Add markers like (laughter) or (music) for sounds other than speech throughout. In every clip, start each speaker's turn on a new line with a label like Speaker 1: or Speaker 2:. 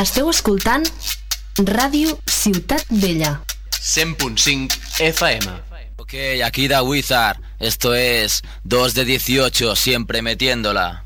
Speaker 1: Esteu escoltant Ràdio Ciutat Vella.
Speaker 2: 100.5 FM.
Speaker 3: Ok, aquí da Wizard. Esto es 2 de 18, siempre metiéndola.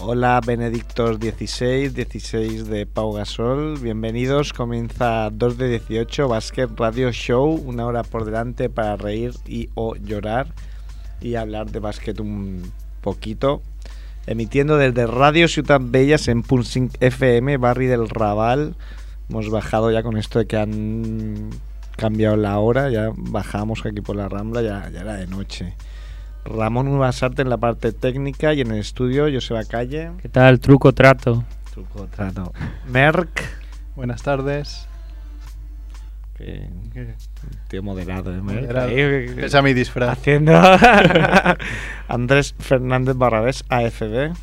Speaker 4: Hola Benedictos 16, 16 de Pau Gasol, bienvenidos, comienza 2 de 18 Basket Radio Show, una hora por delante para reír y o llorar y hablar de básquet un poquito, emitiendo desde Radio Ciudad Bellas en Punsing FM, Barri del Raval, hemos bajado ya con esto de que han cambiado la hora, ya bajamos aquí por la Rambla, ya, ya era de noche. Ramón Ubasarte en la parte técnica y en el estudio, Joseba Calle.
Speaker 5: ¿Qué tal? Truco trato.
Speaker 4: Truco, trato. (laughs) Merck.
Speaker 6: Buenas tardes.
Speaker 4: Que, tío moderado, ¿eh? Merck?
Speaker 6: Moderado.
Speaker 4: Ahí, que-
Speaker 6: Pesa mi
Speaker 4: (laughs)
Speaker 6: disfraz.
Speaker 4: Haciendo. Andrés Fernández Barrabés, AFB.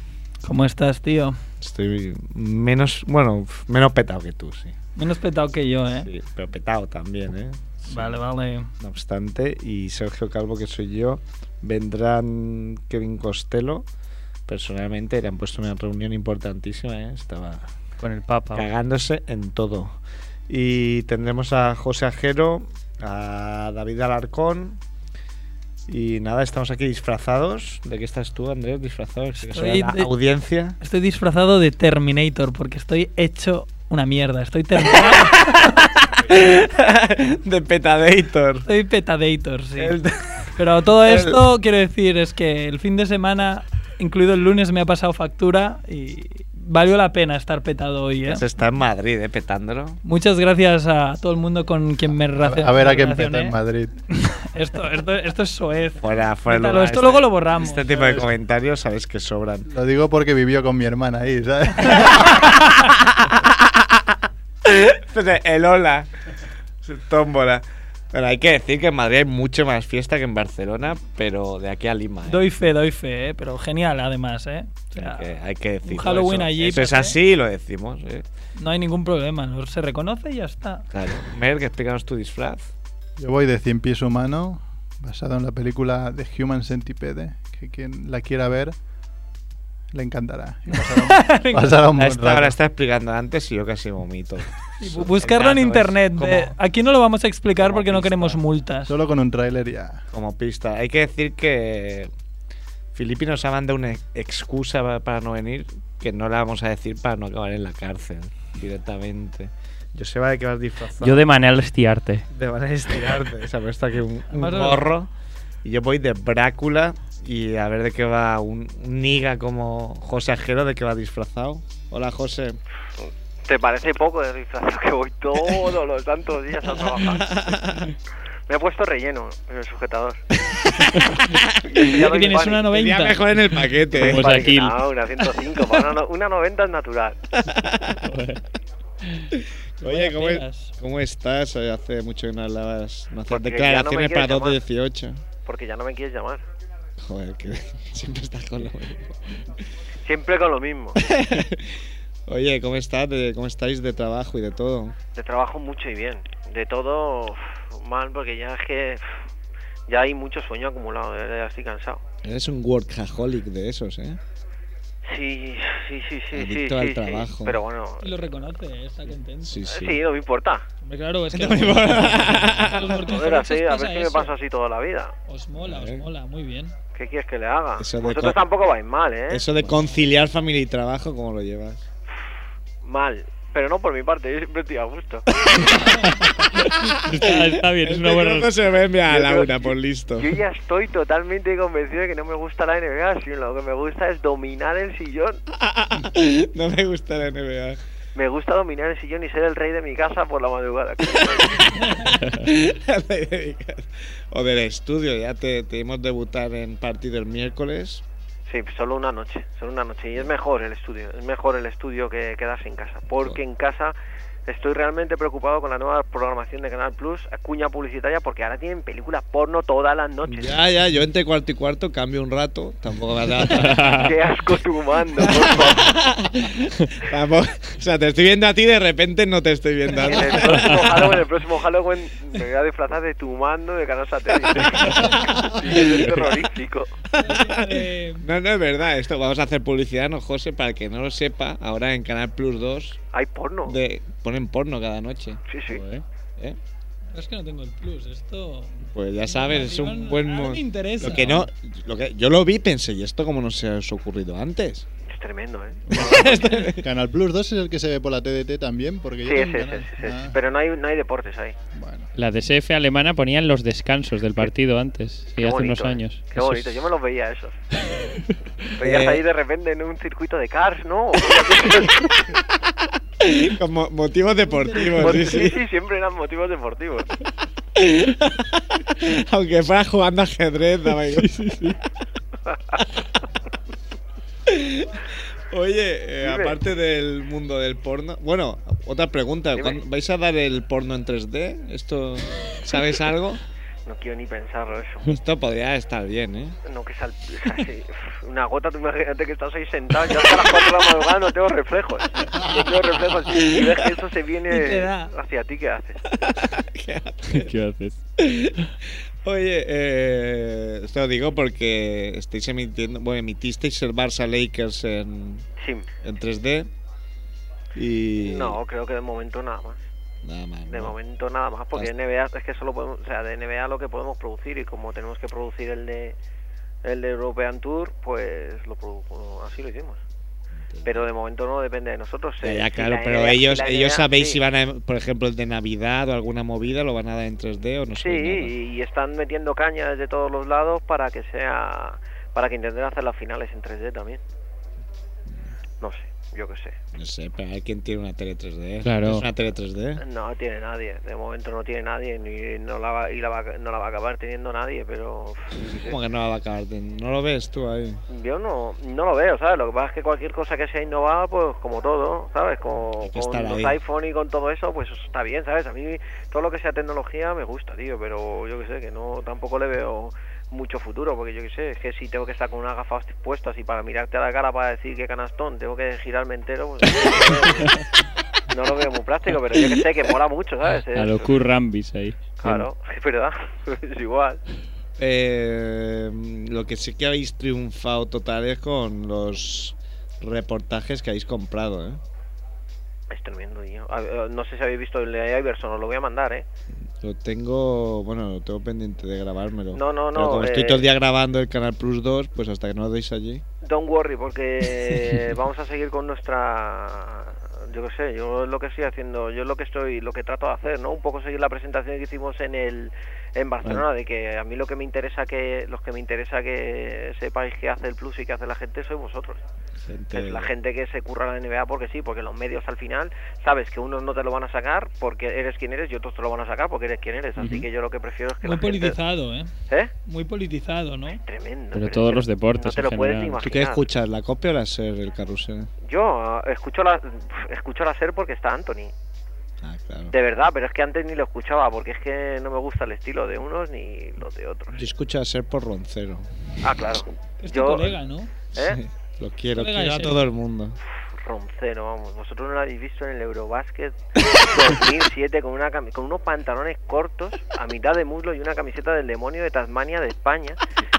Speaker 7: ¿Cómo estás, tío?
Speaker 4: Estoy menos, bueno, f- menos petado que tú, sí.
Speaker 7: Menos petado que yo, ¿eh?
Speaker 4: Sí, pero petado también, ¿eh?
Speaker 7: Vale, vale.
Speaker 4: No obstante, y Sergio Calvo, que soy yo, vendrán Kevin Costello. Personalmente le han puesto una reunión importantísima, ¿eh? Estaba
Speaker 5: Con el Papa.
Speaker 4: cagándose en todo. Y tendremos a José Ajero, a David Alarcón. Y nada, estamos aquí disfrazados. ¿De qué estás tú, Andrés? Disfrazado. Que se vea
Speaker 7: Estoy
Speaker 4: la
Speaker 7: de- (laughs)
Speaker 4: audiencia.
Speaker 7: Estoy disfrazado de Terminator porque estoy hecho una mierda. Estoy Terminator.
Speaker 4: de Petadator.
Speaker 7: (laughs) estoy Petadator, sí.
Speaker 4: El-
Speaker 7: Pero todo
Speaker 4: el-
Speaker 7: esto, quiero decir, es que el fin de semana, incluido el lunes, me ha pasado factura y valió la pena estar petado hoy,
Speaker 4: (laughs)
Speaker 7: ¿eh?
Speaker 4: Se está en Madrid, ¿eh? Petándolo.
Speaker 7: Muchas gracias a todo el mundo con quien me
Speaker 6: A
Speaker 7: relacioné.
Speaker 6: ver- a ver a qué empieza en (laughs) Madrid.
Speaker 7: Esto, esto, esto es soez.
Speaker 4: Fuera, fuera.
Speaker 7: Quítalo,
Speaker 4: lugar.
Speaker 7: esto luego lo borramos.
Speaker 4: Este tipo de comentarios sabes que sobran.
Speaker 6: Lo digo porque vivió con mi hermana ahí, (laughs) ¿sabes?
Speaker 7: Ah,
Speaker 4: Entonces, Pues, eh, el hola. Es Tómbola. Bueno, hay que decir que en Madrid hay mucho más fiesta que en Barcelona, pero de aquí a Lima. ¿eh?
Speaker 7: Doy fe, doy fe, ¿eh? pero genial además, ¿eh? O
Speaker 4: O sea,
Speaker 7: sea,
Speaker 4: que hay que decirlo.
Speaker 7: Halloween
Speaker 4: eso.
Speaker 7: allí,
Speaker 4: Eso es
Speaker 7: Pepe.
Speaker 4: así y lo decimos. ¿eh?
Speaker 7: no hay ningún problema, no se reconoce y ya
Speaker 8: (laughs)
Speaker 7: está.
Speaker 4: Claro. Merck, explícanos tu disfraz.
Speaker 6: Yo voy de 100 pies humano, basado en la película The Human Centipede, que quien la quiera ver le encantará. Y (laughs) pasará un- pasará un
Speaker 4: Ahora
Speaker 6: buen
Speaker 4: está,
Speaker 6: rato.
Speaker 4: ahora está explicando antes y yo casi vomito.
Speaker 7: Y bu- buscarlo en
Speaker 4: Exacto, es
Speaker 7: internet.
Speaker 4: como-
Speaker 7: eh, aquí no lo vamos a explicar
Speaker 4: como
Speaker 7: porque no
Speaker 4: pista.
Speaker 7: queremos multas.
Speaker 6: Solo con un tráiler ya.
Speaker 4: Como pista. Hay que decir que Filippi nos ha mandado una excusa pa- para no venir que no la vamos a decir para no acabar en la cárcel directamente. Yo sé de qué vas disfrazado.
Speaker 5: Yo de manera estiarte.
Speaker 4: Te van a estirarte. (laughs) Se ha puesto aquí un, un
Speaker 7: Además,
Speaker 4: gorro. Y yo voy de Brácula. Y a ver de qué va un un niga como José Ajero, de qué va disfrazado. Hola, José.
Speaker 8: ¿Te parece poco de disfrazado que voy todos los tantos días a
Speaker 7: (laughs)
Speaker 8: trabajar? Me he puesto relleno en
Speaker 4: (laughs)
Speaker 8: el sujetador.
Speaker 7: Ya que
Speaker 8: doy
Speaker 7: tienes
Speaker 8: pánico.
Speaker 7: una 90.
Speaker 4: en el paquete. ¿eh?
Speaker 5: Pues aquí.
Speaker 8: No, una 105, para una, no- una 90 es natural.
Speaker 4: Oye, ¿cómo,
Speaker 7: Buenas.
Speaker 4: cómo estás? Eh, Hace mucho que no hablabas. No haces
Speaker 8: Porque Pues ya no me
Speaker 4: declaraciones para 2
Speaker 8: quieres
Speaker 4: de
Speaker 8: llamar.
Speaker 4: 18.
Speaker 8: Porque ya no me quieres llamar.
Speaker 4: (laughs) Joder, que (laughs) siempre estás con lo mismo.
Speaker 8: Siempre con lo mismo.
Speaker 4: Oye, ¿cómo, estás? de- ¿cómo estáis de trabajo y de todo?
Speaker 8: Te trabajo mucho y bien. De todo uf, mal, porque ya es que uf, ya hay mucho sueño acumulado. Ya ya estoy cansado.
Speaker 4: Eres un workaholic de esos, ¿eh?
Speaker 8: Sí, sí, sí, sí. sí,
Speaker 4: Adicto
Speaker 8: sí,
Speaker 4: al
Speaker 8: sí.
Speaker 4: trabajo.
Speaker 8: Pero bueno.
Speaker 7: Y lo reconoce, eh, está contento.
Speaker 4: Sí, sí.
Speaker 8: Sí, no me importa.
Speaker 7: Hombre, claro,
Speaker 8: (laughs)
Speaker 7: es que.
Speaker 4: (laughs) No me importa.
Speaker 7: Los workaholics
Speaker 8: Joder, así,
Speaker 7: os
Speaker 8: a
Speaker 7: pasa
Speaker 8: ver si me
Speaker 7: eso.
Speaker 8: pasa así toda la vida.
Speaker 7: eh, Os mola, os
Speaker 4: Eh.
Speaker 7: mola, muy
Speaker 8: (laughs)
Speaker 7: bien.
Speaker 8: ¿Qué quieres que le haga?
Speaker 4: Eso de
Speaker 8: Vosotros
Speaker 4: co-
Speaker 8: tampoco vais mal, ¿eh?
Speaker 4: Eso de conciliar familia y trabajo, ¿cómo lo llevas?
Speaker 8: Mal. Pero no por mi parte, yo siempre estoy a gusto.
Speaker 5: Está, está bien, es una buena.
Speaker 4: se ve, mira,
Speaker 8: a Laura,
Speaker 4: por pues listo. (laughs)
Speaker 8: Yo ya estoy totalmente convencido de que no me gusta la NBA, sino lo que me gusta es dominar el sillón.
Speaker 4: (laughs) No me gusta la NBA.
Speaker 8: Me gusta dominar el sillón y ser el rey de mi casa por la
Speaker 4: (laughs)
Speaker 8: madrugada.
Speaker 9: o del estudio, ya te, te hemos debutar en partido el miércoles.
Speaker 8: Sí, solo una noche, solo una noche. Y es mejor el estudio, es mejor el estudio que quedarse en casa. Porque en casa estoy realmente preocupado con la nueva programación de Canal Plus, cuña publicitaria, porque ahora tienen películas porno todas las noches.
Speaker 9: Ya, ya, yo entre cuarto y cuarto cambio un rato, tampoco me da-
Speaker 8: (laughs) ¡Qué asco tu mando!
Speaker 4: (laughs)
Speaker 8: por favor.
Speaker 9: Tampoco- o sea, te estoy viendo a ti de repente no te estoy viendo a
Speaker 8: En
Speaker 9: ti.
Speaker 10: (laughs)
Speaker 8: el próximo Halloween, el próximo Halloween me voy a disfrazar de tu mando de Canal
Speaker 9: (laughs)
Speaker 8: Satélite. es terrorífico.
Speaker 7: Eh,
Speaker 9: No, no es verdad, esto vamos a hacer publicidad, no José, para el que no lo sepa, ahora en Canal Plus 2
Speaker 8: Hay porno.
Speaker 9: de- ponen porno cada noche.
Speaker 8: Sí, sí.
Speaker 9: Joder, ¿eh?
Speaker 7: es que no tengo el plus, esto.
Speaker 9: Pues ya sabes, es un buen
Speaker 7: Ahora
Speaker 9: mo-
Speaker 7: me interesa.
Speaker 9: Lo que no, lo que yo lo vi, pensé, ¿y esto cómo no se os ha ocurrido antes?
Speaker 8: Es tremendo, ¿eh?
Speaker 6: Canal Plus 2 es el que se ve por la TDT también, porque
Speaker 8: Sí,
Speaker 6: yo
Speaker 8: sí, sí,
Speaker 6: tengo un
Speaker 8: sí,
Speaker 6: canal.
Speaker 8: sí, sí.
Speaker 6: Ah,
Speaker 8: Pero no hay, no hay deportes ahí.
Speaker 6: bueno.
Speaker 10: La DSF alemana ponían los descansos del partido antes, y
Speaker 8: Qué
Speaker 10: hace
Speaker 8: bonito,
Speaker 10: unos
Speaker 8: ¿eh?
Speaker 10: años.
Speaker 8: Qué
Speaker 10: Eso
Speaker 8: bonito,
Speaker 10: es-
Speaker 8: yo me los veía
Speaker 9: (laughs)
Speaker 8: esos. Veías
Speaker 9: Eh.
Speaker 8: ahí de repente en un circuito de cars,
Speaker 9: (laughs)
Speaker 8: ¿no?
Speaker 9: Como motivos deportivos,
Speaker 8: Porque
Speaker 9: sí,
Speaker 8: sí,
Speaker 9: sí.
Speaker 8: sí, siempre eran motivos deportivos.
Speaker 9: Aunque fuera jugando ajedrez, daba igual. Oye, eh,
Speaker 8: Dime.
Speaker 9: aparte del mundo del porno, bueno, otra pregunta,
Speaker 8: Dime.
Speaker 9: ¿cuándo- ¿vais a dar el porno en 3D? ¿Esto sabes algo?
Speaker 8: No quiero ni pensarlo eso.
Speaker 9: Esto podría estar bien, ¿eh?
Speaker 8: No, que sal... o sea, sí, (laughs) uf, Una gota, tú imagínate que estás ahí sentado, yo hasta las 4 de la madrugada no tengo reflejos. ¿eh? No tengo
Speaker 9: (laughs)
Speaker 8: reflejos. Y ves que eso se
Speaker 7: Y te
Speaker 8: viene
Speaker 7: da.
Speaker 8: hacia ti, ¿qué haces?
Speaker 11: (laughs)
Speaker 10: ¿Qué haces?
Speaker 9: Oye, eh, esto lo digo porque estáis emitiendo, bueno, emitisteis el Barça Lakers en,
Speaker 8: Sí.
Speaker 9: en 3D y
Speaker 8: No, creo que de momento nada más.
Speaker 9: nada más.
Speaker 8: De
Speaker 9: ¿no?
Speaker 8: momento nada más, porque
Speaker 9: Hasta-
Speaker 8: NBA es que solo podemos, o sea, de NBA lo que podemos producir y como tenemos que producir el de el de European Tour, pues lo produ- así lo hicimos. Pero de momento no depende de nosotros.
Speaker 9: Ya,
Speaker 8: eh,
Speaker 9: ya,
Speaker 8: si
Speaker 9: claro,
Speaker 8: la
Speaker 9: pero
Speaker 8: NBA
Speaker 9: ellos
Speaker 8: la
Speaker 9: ellos
Speaker 8: NBA
Speaker 9: sabéis
Speaker 8: sí.
Speaker 9: si van a, por ejemplo, el de Navidad o alguna movida, lo van a dar en 3D o no
Speaker 8: Sí,
Speaker 9: sé.
Speaker 8: y, y están metiendo caña desde todos los lados para que sea para que intenten hacer las finales en 3D también. No sé, yo qué sé.
Speaker 9: No sé, pero hay quien tiene una tele 3D.
Speaker 10: Claro.
Speaker 9: ¿Es una tele 3D?
Speaker 8: No tiene nadie, de momento no tiene nadie ni no la va, y la va- no la va a acabar teniendo nadie, pero uf, yo qué sé.
Speaker 9: ¿Cómo que no la va a acabar? de- ¿No lo ves tú ahí?
Speaker 8: Yo no, no lo veo, ¿sabes? Lo que pasa es que cualquier cosa que sea innovada, pues como todo, ¿sabes? Con,
Speaker 9: Hay que
Speaker 8: con
Speaker 9: estar
Speaker 8: los
Speaker 9: ahí.
Speaker 8: iPhone y con todo eso, pues eso está bien, ¿sabes? A mí todo lo que sea tecnología me gusta, tío, pero yo qué sé, que no tampoco le veo mucho futuro, porque yo qué sé, es que si tengo que estar con unas gafas puestas y para mirarte a la cara para decir qué canastón, tengo que girarme entero, pues,
Speaker 9: (laughs)
Speaker 8: no lo veo muy práctico, pero yo que sé, que mola mucho, ¿sabes?
Speaker 10: A lo
Speaker 8: Es-
Speaker 10: Q Rambis ahí.
Speaker 8: Claro, (laughs) es verdad, es igual.
Speaker 9: Eh, lo que sí que habéis triunfado total es con los reportajes que habéis comprado, ¿eh?
Speaker 8: Es tremendo, tío. A- a- No sé si habéis visto el de Iverson, os lo voy a mandar, ¿eh?
Speaker 9: Lo tengo, bueno, lo tengo pendiente de grabármelo.
Speaker 8: No, no,
Speaker 9: Pero
Speaker 8: no,
Speaker 9: como estoy
Speaker 8: eh,
Speaker 9: todo el día grabando el Canal Plus 2, pues hasta que no lo deis allí.
Speaker 8: Don't worry,
Speaker 10: (laughs)
Speaker 8: porque vamos a seguir con nuestra. Yo qué sé, yo es lo que estoy haciendo, yo es lo que estoy, lo que trato de hacer, ¿no? Un poco seguir la presentación que hicimos en el en Barcelona, de que a mí lo que me interesa que los que me interesa que sepáis que hace el plus y que hace la gente sois vosotros.
Speaker 9: Gente-
Speaker 8: Es la gente que se curra la NBA porque sí, porque los medios al final sabes que unos no te lo van a sacar porque eres quien eres y otros te lo van a sacar porque eres quien eres. Así que yo lo que prefiero es que
Speaker 7: Muy
Speaker 8: la gente.
Speaker 7: politizado, ¿eh?
Speaker 8: ¿Eh?
Speaker 7: Muy politizado, ¿no?
Speaker 8: Tremendo.
Speaker 10: Pero
Speaker 8: es
Speaker 10: todos
Speaker 8: que
Speaker 10: los deportes
Speaker 8: No te
Speaker 10: en
Speaker 8: lo puedes ni
Speaker 10: general.
Speaker 9: ¿Tú qué
Speaker 8: imaginar.
Speaker 9: escuchas, la copia o la ser el carrusel?
Speaker 8: Yo eh, escucho la, escucho la SER porque está Anthony.
Speaker 9: Ah, claro.
Speaker 8: De verdad, pero es que antes ni lo escuchaba porque es que no me gusta el estilo de unos ni los de otros.
Speaker 9: Yo escucho a ser por roncero. (laughs)
Speaker 8: Ah, claro.
Speaker 7: Es
Speaker 8: Yo-
Speaker 7: tu Este colega, ¿no?
Speaker 8: ¿Eh?
Speaker 9: Lo quiero,
Speaker 7: Colega
Speaker 9: quiero
Speaker 7: de
Speaker 9: a
Speaker 7: Ser.
Speaker 9: todo el mundo.
Speaker 8: Roncero, vamos. Vosotros no lo habéis visto en el (laughs) Eurobasket 2007 con, una cami- con unos pantalones cortos a mitad de muslo y una camiseta del demonio de Tasmania, de España.